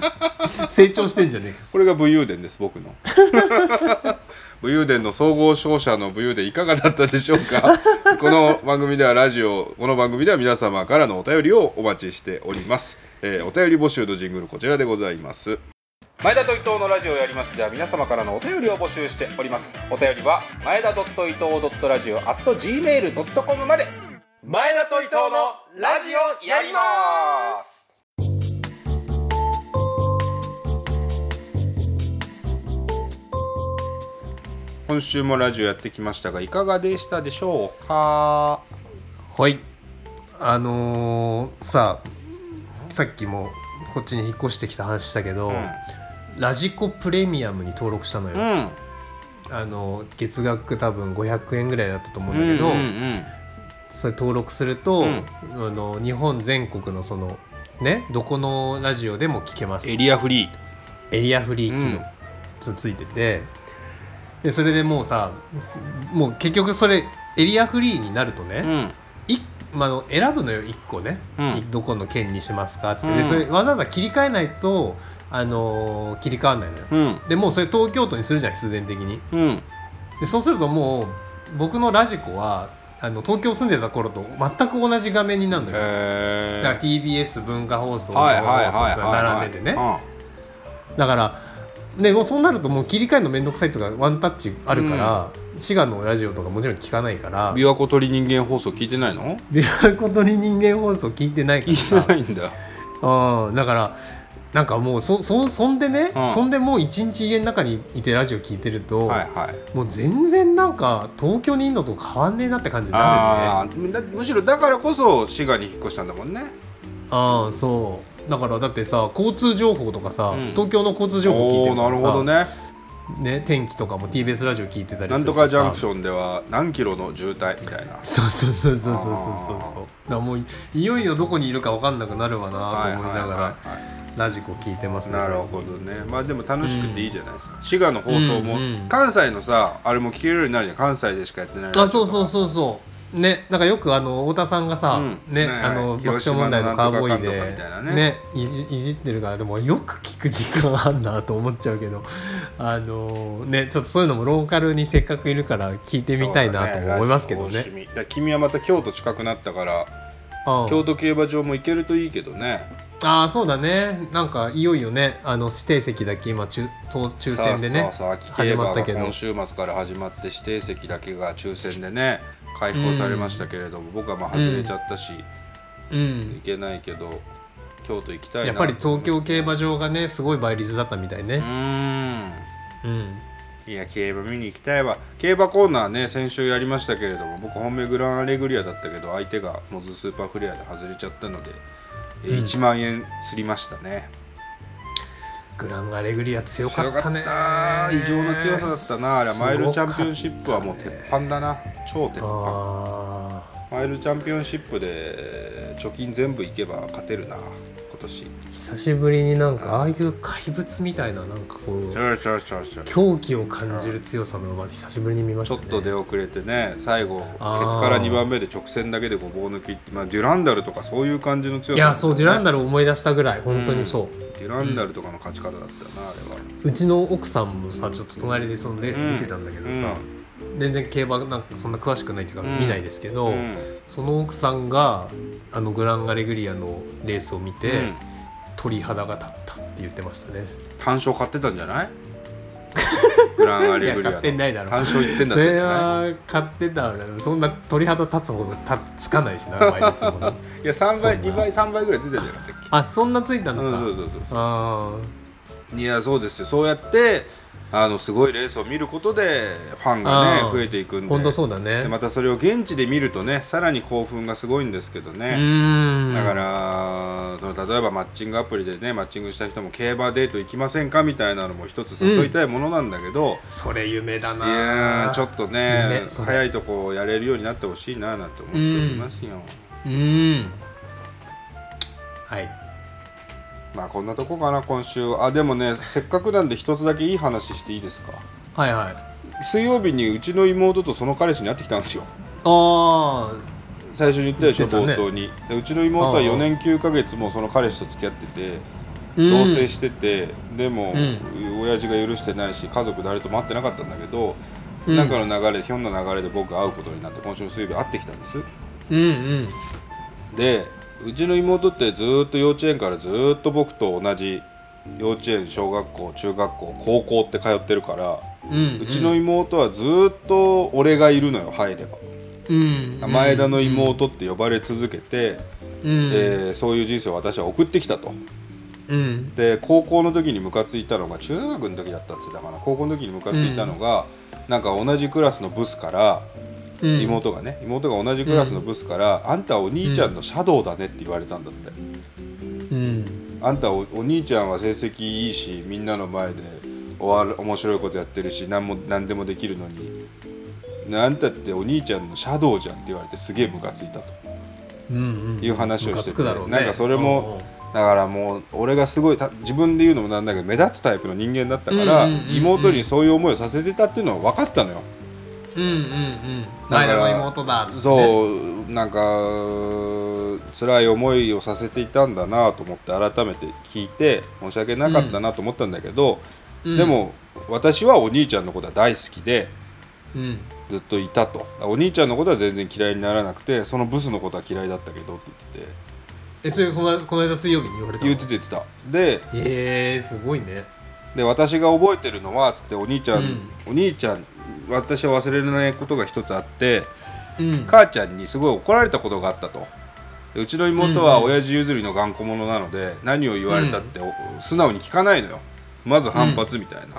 Speaker 2: 成長してんじゃね
Speaker 1: これが武勇伝です僕 の武勇伝の総合商社の武勇伝いかがだったでしょう かこの番組ではラジオこの番組では皆様からのお便りをお待ちしております、えーお便り募集のジングルこちらでございます前田と伊藤のラジオをやりますでは皆様からのお便りを募集しておりますお便りは前田伊藤ラジオ at gmail.com まで前田と伊藤のラジオやります今週もラジオやってきましたがいかがでしたでしょうか
Speaker 2: えはいあのーさあさっきもこっちに引っ越してきた話したけど、ラジコプレミアムに登録したのよ、
Speaker 1: うん
Speaker 2: あの月額多分500円ぐらいだったと思うんだけど、それ登録すると、
Speaker 1: うん
Speaker 2: あの日本全国のそのねどこのラジオでも聞けます
Speaker 1: エリアフリー
Speaker 2: エリアフリー機
Speaker 1: うん
Speaker 2: 能つ,、ついててでそれでもうさすもう結局それエリアフリーになるとね、
Speaker 1: ん
Speaker 2: いまああの、選ぶのよ1個ね、
Speaker 1: うん
Speaker 2: いどこの県にしますかっつって、
Speaker 1: うん
Speaker 2: でそれわざわざ切り替えないと、あのー切り替わんないのよ。
Speaker 1: うん
Speaker 2: でもうそれ東京都にするじゃん必然的に。
Speaker 1: うん
Speaker 2: でそうするともう僕のラジコはあの東京住んでた頃と全く同じ画面になるのよ。
Speaker 1: え
Speaker 2: だから TBS 文化放送
Speaker 1: はいはいはい
Speaker 2: 放送
Speaker 1: はい
Speaker 2: 並んでてね。だからねもうそうなるともう切り替えるの面倒くさいっつうかワンタッチあるから、滋賀のラジオとかもちろん聞かないから
Speaker 1: 琵琶湖鳥人間放送聞いてないの
Speaker 2: 琵琶湖鳥人間放送聞いてないか
Speaker 1: 聞
Speaker 2: ら
Speaker 1: いて
Speaker 2: さ
Speaker 1: ないんだ
Speaker 2: うんだからなんかもうそそそんでね、
Speaker 1: うん
Speaker 2: そんでもう一日家の中にいてラジオ聞いてると、
Speaker 1: はいはい
Speaker 2: もう全然なんか東京にいんのと変わんねえなって感じにな
Speaker 1: あ
Speaker 2: るね
Speaker 1: ーだむしろだからこそ滋賀に引っ越したんだもんね
Speaker 2: ああそうだからだってさ交通情報とかさ、
Speaker 1: うん
Speaker 2: 東京の交通情報聞い
Speaker 1: お
Speaker 2: て
Speaker 1: おー
Speaker 2: る
Speaker 1: な
Speaker 2: か
Speaker 1: る
Speaker 2: ら
Speaker 1: ほど
Speaker 2: さ、
Speaker 1: ね
Speaker 2: ね、天気とかも TBS ラジオ聞いてたり
Speaker 1: な
Speaker 2: す
Speaker 1: んと
Speaker 2: る
Speaker 1: かジャンク
Speaker 2: さ
Speaker 1: ションでは何キロの渋滞みたいな
Speaker 2: そうそうそうそうそうそうそうそうだ
Speaker 1: あ
Speaker 2: からもういいよいよどこにいるか分かんなくなるわなと思い
Speaker 1: はい
Speaker 2: ながら
Speaker 1: はいはい
Speaker 2: ラジコ聞いてますね
Speaker 1: なるほどねまあでも楽しくていいじゃないですか、滋賀の放送も、
Speaker 2: うんうん
Speaker 1: 関西のさあれも聞けるようになるじゃん関西でしかやってない
Speaker 2: あそうそう
Speaker 1: う
Speaker 2: そうそうねなんかよくあの太田さんがさ、
Speaker 1: うん
Speaker 2: ね
Speaker 1: ね
Speaker 2: あの爆
Speaker 1: 広
Speaker 2: 笑
Speaker 1: 島
Speaker 2: 問題のカーボーイ
Speaker 1: なん
Speaker 2: で
Speaker 1: とかかんとかみたいなね
Speaker 2: ねいじいじってるからでもよく聞く時間あんなと思っちゃうけど あのねちょっとそういうのもローカルにせっかくいるから聞いてみたいなとも思いますけどね
Speaker 1: そうだラジコの趣味だ君はまた京都近くなったから、
Speaker 2: うん
Speaker 1: 京都競馬場も行けるといいけどね
Speaker 2: ああそうだねなんかいよいよねあの指定席だけ今抽当抽選で
Speaker 1: さ
Speaker 2: ね
Speaker 1: あさあさあ秋競
Speaker 2: 始ま
Speaker 1: 馬
Speaker 2: った
Speaker 1: が
Speaker 2: けど
Speaker 1: 今週末から始まって指定席だけが抽選でね開放されましたけれども、僕はまあ外れちゃったし、
Speaker 2: うん
Speaker 1: 行けないけど京都行きたいな
Speaker 2: やっぱり東京競馬場がねすごい倍率だったみたいうね
Speaker 1: ーん
Speaker 2: うん
Speaker 1: いや競馬見に行きたいわ競馬コーナーね先週やりましたけれども僕本命グランアレグリアだったけど相手がモズスーパーフレアで外れちゃったので、え
Speaker 2: うん
Speaker 1: 1万円すりましたね
Speaker 2: グランアレグリア強かったね
Speaker 1: 強かった異常な強さだったなあれはマイルチャンピオンシップはもう鉄板だな超鉄板
Speaker 2: あ
Speaker 1: ファイルチャンピオンシップで貯金全部いけば勝てるな今年
Speaker 2: 久しぶりになんかああいう怪物みたいななんかこう狂気を感じる強さの馬久しぶりに見まし
Speaker 1: ちょ
Speaker 2: た
Speaker 1: っ
Speaker 2: ね
Speaker 1: と出遅れてね最後ケツ
Speaker 2: あー
Speaker 1: から2番目で直線だけでごぼう抜きって、まあ、デュランダルとかそういう感じの強さ、
Speaker 2: いやそうデュラン
Speaker 1: ダ
Speaker 2: ダル思い出したぐらい本当にそう、
Speaker 1: ルデュランダルとかの勝ち方だったよなあ
Speaker 2: うちの奥さんもさちょっと隣でそのレース見てたんだけど
Speaker 1: れは
Speaker 2: さ、全然競馬なんかそんな詳しくないっていうか
Speaker 1: うん
Speaker 2: 見ないですけど、
Speaker 1: うんうん
Speaker 2: その奥さんがあのグランガレグリアのレースを見て、
Speaker 1: うん
Speaker 2: 鳥肌が立ったって言ってましたね
Speaker 1: 単勝買ってたんじゃ ないグランア
Speaker 2: い
Speaker 1: レ
Speaker 2: や
Speaker 1: グリア
Speaker 2: 買
Speaker 1: の
Speaker 2: ってないだろ
Speaker 1: 単勝いってんだ
Speaker 2: そ
Speaker 1: ったんじ
Speaker 2: れ
Speaker 1: ゃない
Speaker 2: は買ってたらそんな鳥肌立つほどたつかないし な倍率もな
Speaker 1: いや3倍
Speaker 2: そんな
Speaker 1: 2倍3倍ぐらいついてたんじゃなかったっけ
Speaker 2: あそんなついた
Speaker 1: う
Speaker 2: の
Speaker 1: ん
Speaker 2: か、
Speaker 1: そうそうそう
Speaker 2: あ
Speaker 1: いやそうですよそうやってあのすごいレースを見ることでファンが
Speaker 2: あ
Speaker 1: ね
Speaker 2: ー
Speaker 1: 増えていくん
Speaker 2: あ
Speaker 1: で
Speaker 2: 本当そうだね
Speaker 1: でまたそれを現地で見るとねさらに興奮がすごいんですけど
Speaker 2: う
Speaker 1: ね、
Speaker 2: ーん
Speaker 1: だからその例えばマッチングアプリでねマッチングした人も競馬デート行きませんかみたいなのも一つ誘いたいものなんだけど、
Speaker 2: それ夢だない
Speaker 1: やーちょっとね
Speaker 2: 夢それ
Speaker 1: 早いとこやれるようになってほしいななんて思っておりますよ、
Speaker 2: うーんはい
Speaker 1: まあこんなとこかな今週あでもねせっかくなんで一つだけいい話していいですか
Speaker 2: はいはい
Speaker 1: 水曜日にうちの妹とその彼氏に会ってきたんですよ
Speaker 2: あ
Speaker 1: 最初に言ったでしょ、
Speaker 2: 言って
Speaker 1: 冒
Speaker 2: たね
Speaker 1: 頭にでうちの妹は
Speaker 2: ああ
Speaker 1: 4年9ヶ月もその彼氏と付き合ってて
Speaker 2: うん
Speaker 1: 同棲してて、でも、
Speaker 2: うん
Speaker 1: 親父が許してないし家族誰とも会ってなかったんだけど、
Speaker 2: うん
Speaker 1: なんかの流れひょんな流れで僕が会うことになって今週の水曜日会ってきたんです
Speaker 2: ーうん
Speaker 1: でうちの妹ってずーっと幼稚園からずーっと僕と同じ幼稚園小学校中学校高校って通ってるから、
Speaker 2: うんうん
Speaker 1: うちの妹はずーっと俺がいるのよ入れば、
Speaker 2: うん
Speaker 1: 前田の妹って呼ばれ続けて、
Speaker 2: う
Speaker 1: え
Speaker 2: ん
Speaker 1: ーそういう人生を私は送ってきたと
Speaker 2: うん
Speaker 1: で高校の時にムカついたのが中学の時だったっつってたかな高校の時にムカついたのが、なんか同じクラスのブスから、
Speaker 2: うん
Speaker 1: 妹がね妹が同じクラスのブスから、あんたお兄ちゃんのシャドウだね」って言われたんだって、
Speaker 2: うん
Speaker 1: あんたおお兄ちゃんは成績いいしみんなの前でおわ面白いことやってるし何も何でもできるのにあんたってお兄ちゃんのシャドウじゃんって言われてすげえムカついたと。
Speaker 2: うんうん
Speaker 1: いう話をしてて
Speaker 2: ムカつくだろうね
Speaker 1: なんかそれもだからもう俺がすごいた自分で言うのもなんだけど目立つタイプの人間だったから、
Speaker 2: うんうんうんうん
Speaker 1: 妹にそういう思いをさせてたっていうのは分かったのよ。
Speaker 2: うんうんうん前田の妹だっつって
Speaker 1: そうなんか辛い思いをさせていたんだなと思って改めて聞いて申し訳なかったなと思ったんだけど、
Speaker 2: うん
Speaker 1: でも私はお兄ちゃんのことは大好きで
Speaker 2: うん
Speaker 1: ずっといたとお兄ちゃんのことは全然嫌いにならなくてそのブスのことは嫌いだったけどって言ってて
Speaker 2: えそれこのこの間水曜日に言われたの
Speaker 1: 言ってて言ってたで
Speaker 2: へえー、すごいね
Speaker 1: で私が覚えてるのはつってお兄ちゃん、
Speaker 2: うん
Speaker 1: お兄ちゃん私は忘れられないことが一つあって
Speaker 2: うん
Speaker 1: 母ちゃんにすごい怒られたことがあったとでうちの妹は親父譲りの頑固者なので、何を言われたって、お素直に聞かないのよまず反発みたいな、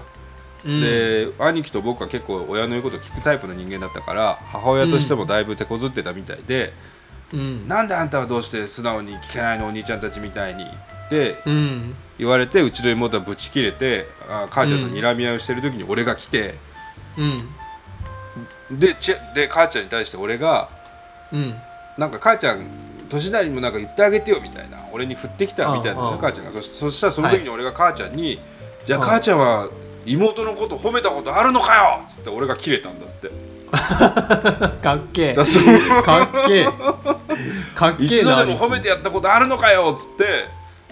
Speaker 2: うん
Speaker 1: で兄貴と僕は結構親の言うこと聞くタイプの人間だったから母親としてもだいぶ手こずってたみたいで、
Speaker 2: うん
Speaker 1: なんであんたはどうして素直に聞けないのお兄ちゃんたちみたいにで
Speaker 2: うん
Speaker 1: 言われてうちの妹はぶち切れてあ母ちゃんと睨み合いをしてる時に俺が来て、
Speaker 2: うん
Speaker 1: でちで母ちゃんに対して俺が
Speaker 2: うん
Speaker 1: なんか母ちゃん年なりにもなんか言ってあげてよみたいな俺に振ってきたみたいな
Speaker 2: あ
Speaker 1: の
Speaker 2: あ
Speaker 1: ね母ちゃんがそしそしたらその時
Speaker 2: は
Speaker 1: に俺が母ちゃんに「じゃあ
Speaker 2: ああ
Speaker 1: 母ちゃんは妹のこと褒めたことあるのかよ!」っつって俺が切れたんだって
Speaker 2: かっけえ
Speaker 1: だそう
Speaker 2: かっけえかっけえな
Speaker 1: 一度でも
Speaker 2: 兄貴
Speaker 1: 褒めてやったことあるのかよっつって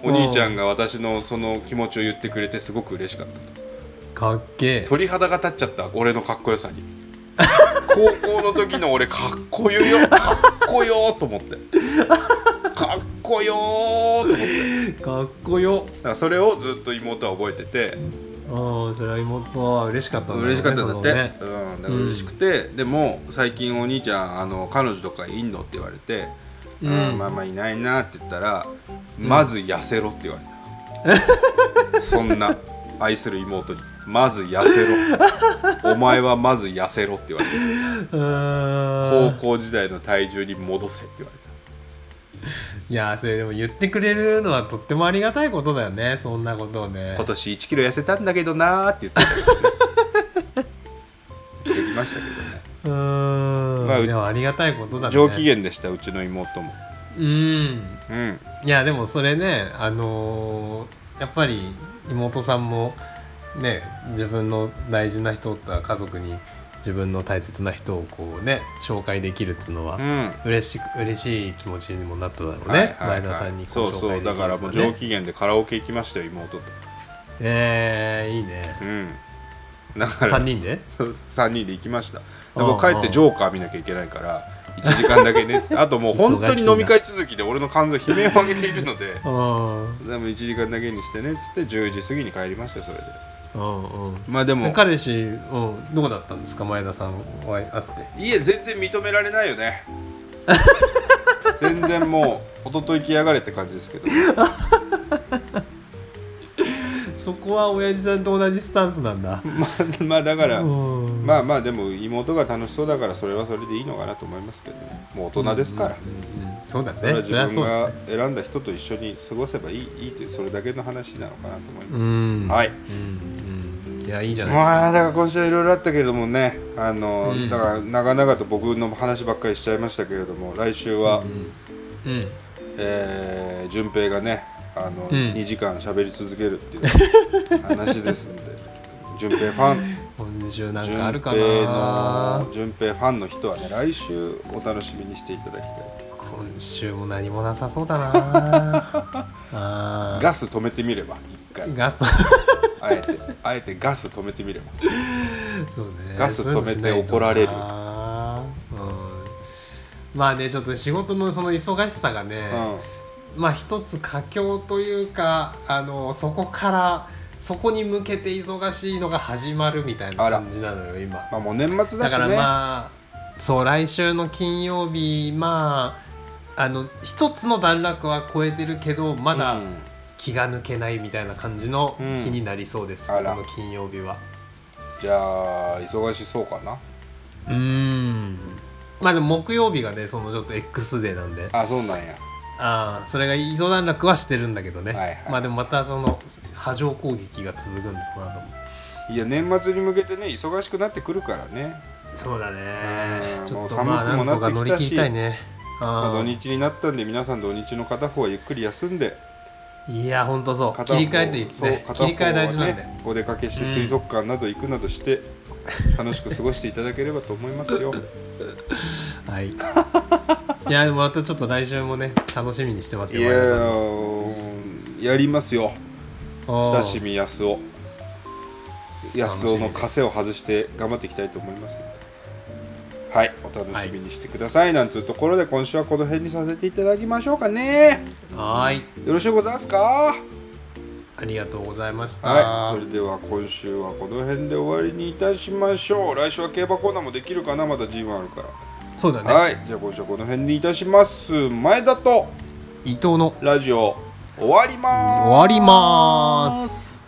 Speaker 1: お兄ちゃんが私のその気持ちを言ってくれてすごく嬉しかった。
Speaker 2: かっけえ
Speaker 1: 鳥肌が立っちゃった俺のかっこよさに高校の時の俺かっこよよかっこよと思ってかっこよと思って
Speaker 2: かっこよ
Speaker 1: だからそれをずっと妹は覚えてて
Speaker 2: ああそれは妹は嬉しかったんだろうね
Speaker 1: 嬉しかったんだって、
Speaker 2: そのね
Speaker 1: うん、だから嬉しくて、でも最近お兄ちゃんあの彼女とかいんのって言われて、
Speaker 2: う
Speaker 1: うんん、まあまあいないなって言ったら、まず痩せろって言われ たそんな愛する妹にまず痩せろお前はまず痩せろって言われて
Speaker 2: うー
Speaker 1: 高
Speaker 2: ん
Speaker 1: 校時代の体重に戻せって言われた
Speaker 2: いやーそれでも言ってくれるのはとってもありがたいことだよねそんなことをね
Speaker 1: 今年1キロ痩せたんだけどなーって言ってたけどねできましたけどね
Speaker 2: うーん、
Speaker 1: まあう
Speaker 2: でもありがたいことだね
Speaker 1: 上機嫌でしたうちの妹も
Speaker 2: うん
Speaker 1: うん
Speaker 2: いやでもそれねあのーやっぱり妹さんもね自分の大事な人とか家族に自分の大切な人をこうね紹介できるっつうのは、
Speaker 1: うん
Speaker 2: 嬉しく嬉しい気持ちにもなっただろうね、
Speaker 1: はいはいはい
Speaker 2: 前田さんにこ
Speaker 1: そうう
Speaker 2: 紹
Speaker 1: そ
Speaker 2: 介
Speaker 1: う
Speaker 2: できる
Speaker 1: だ
Speaker 2: っつうのはね
Speaker 1: からもう上機嫌でカラオケ行きましたよ妹と
Speaker 2: えー、いいね
Speaker 1: うんだから
Speaker 2: 3人で
Speaker 1: そう3人で行きましたで
Speaker 2: うん
Speaker 1: 僕帰ってジョーカー見なきゃいけないから1時間だけねっつって あともう本当に飲み会続きで俺の肝臓悲鳴を上げているので
Speaker 2: うん
Speaker 1: でも1時間だけにしてねっつって10時過ぎに帰りましたよそれで
Speaker 2: うんうん
Speaker 1: まあでも
Speaker 2: 彼氏、うん、どこだったんですか前田さんお会い会って
Speaker 1: いえ全然認められないよ ね全然もう一昨日来やがれって感じですけど
Speaker 2: そこは親父さんと同じスタンスなんだ
Speaker 1: まあまあだから
Speaker 2: うん
Speaker 1: まあまあでも妹が楽しそうだからそれはそれでいいのかなと思いますけどねもう大人ですから、
Speaker 2: そうだね
Speaker 1: それは自
Speaker 2: そりゃ
Speaker 1: 分
Speaker 2: そうだ
Speaker 1: が選んだ人と一緒に過ごせばいいいいというそれだけの話なのかなと思います、
Speaker 2: うん
Speaker 1: はい
Speaker 2: うんうんいやいいじゃないですか
Speaker 1: まあだから今週はいろいろあったけれどもねあの、
Speaker 2: うん
Speaker 1: だから長々と僕の話ばっかりしちゃいましたけれども来週は、
Speaker 2: うん
Speaker 1: えー順平がねあの、
Speaker 2: うん
Speaker 1: 2時間喋り続けるっていう 話ですので順平ファン
Speaker 2: 今週なん
Speaker 1: 順
Speaker 2: かあるか
Speaker 1: 平
Speaker 2: な
Speaker 1: の順平ファンの人はね来週お楽しみにしていただきたい
Speaker 2: 今週も何もなさ そうだなあー
Speaker 1: ガス止めてみれば一回
Speaker 2: ガス
Speaker 1: あえてあえてガス止めてみれば
Speaker 2: そうね
Speaker 1: ガス止めて
Speaker 2: そういうのしないとな
Speaker 1: 怒られる
Speaker 2: うんまあねちょっと仕事のその忙しさがね、まあ一つ佳境というかあのそこからそこに向けて忙しいのが始まるみたいな
Speaker 1: あら
Speaker 2: 感じなのよ今
Speaker 1: まあもう年末だ
Speaker 2: だ
Speaker 1: し
Speaker 2: から
Speaker 1: ね
Speaker 2: まあそう来週の金曜日まああの一つの段落は超えてるけどまだ
Speaker 1: うん
Speaker 2: 気が抜けないみたいな感じの
Speaker 1: うん
Speaker 2: 日になりそうです、
Speaker 1: あ
Speaker 2: こ
Speaker 1: ら
Speaker 2: の金曜日は
Speaker 1: じゃあ忙しそうかな
Speaker 2: うんまあでも木曜日がねそのちょっと X デーなんで
Speaker 1: あそうなんや
Speaker 2: ああそれが一段落はしてるんだけどね、
Speaker 1: はいはい
Speaker 2: まあでもまたその波状攻撃が続くんですその後も
Speaker 1: いや年末に向けてね忙しくなってくるからね
Speaker 2: そうだね
Speaker 1: うん
Speaker 2: ちょっと
Speaker 1: もう
Speaker 2: まあ
Speaker 1: 寒
Speaker 2: な
Speaker 1: くも
Speaker 2: んとか
Speaker 1: な
Speaker 2: 乗
Speaker 1: ってき
Speaker 2: り
Speaker 1: たし
Speaker 2: 切りたいね
Speaker 1: まあ
Speaker 2: う
Speaker 1: 土
Speaker 2: ん
Speaker 1: 日になったんで皆さん土日の片方はゆっくり休んで
Speaker 2: いやほんとそう
Speaker 1: 片
Speaker 2: 切
Speaker 1: 方
Speaker 2: り替えていって
Speaker 1: そう
Speaker 2: ね
Speaker 1: 片方
Speaker 2: 切
Speaker 1: は
Speaker 2: り替え大事なんで、
Speaker 1: ね、お出かけして水族館など行くなどして、楽しく過ごしていただければと思いますよ
Speaker 2: はいい やでもまたちょっと来週もね楽しみにしてます
Speaker 1: い
Speaker 2: よ
Speaker 1: や
Speaker 2: 前田さんの
Speaker 1: ーやりますよ
Speaker 2: おー
Speaker 1: 親しみ安尾安尾の枷を外して頑張っていきたいと思いますはいお楽しみにしてください、なんていうところで今週はこの辺にさせていただきましょうかね
Speaker 2: はーい
Speaker 1: よろしゅうございますか
Speaker 2: ありがとうございました、
Speaker 1: はい、それでは今週はこの辺で終わりにいたしましょう来週は競馬コーナーもできるかなまだ G1 あるから
Speaker 2: そうだね、
Speaker 1: はい、じゃあ今週はこの辺にいたします。前田と
Speaker 2: 伊藤の
Speaker 1: ラジオ終わります。
Speaker 2: 終わります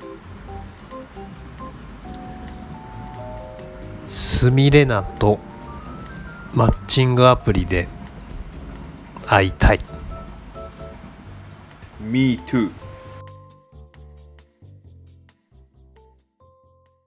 Speaker 2: スミレナとマッチングアプリで会いたい
Speaker 1: Me too.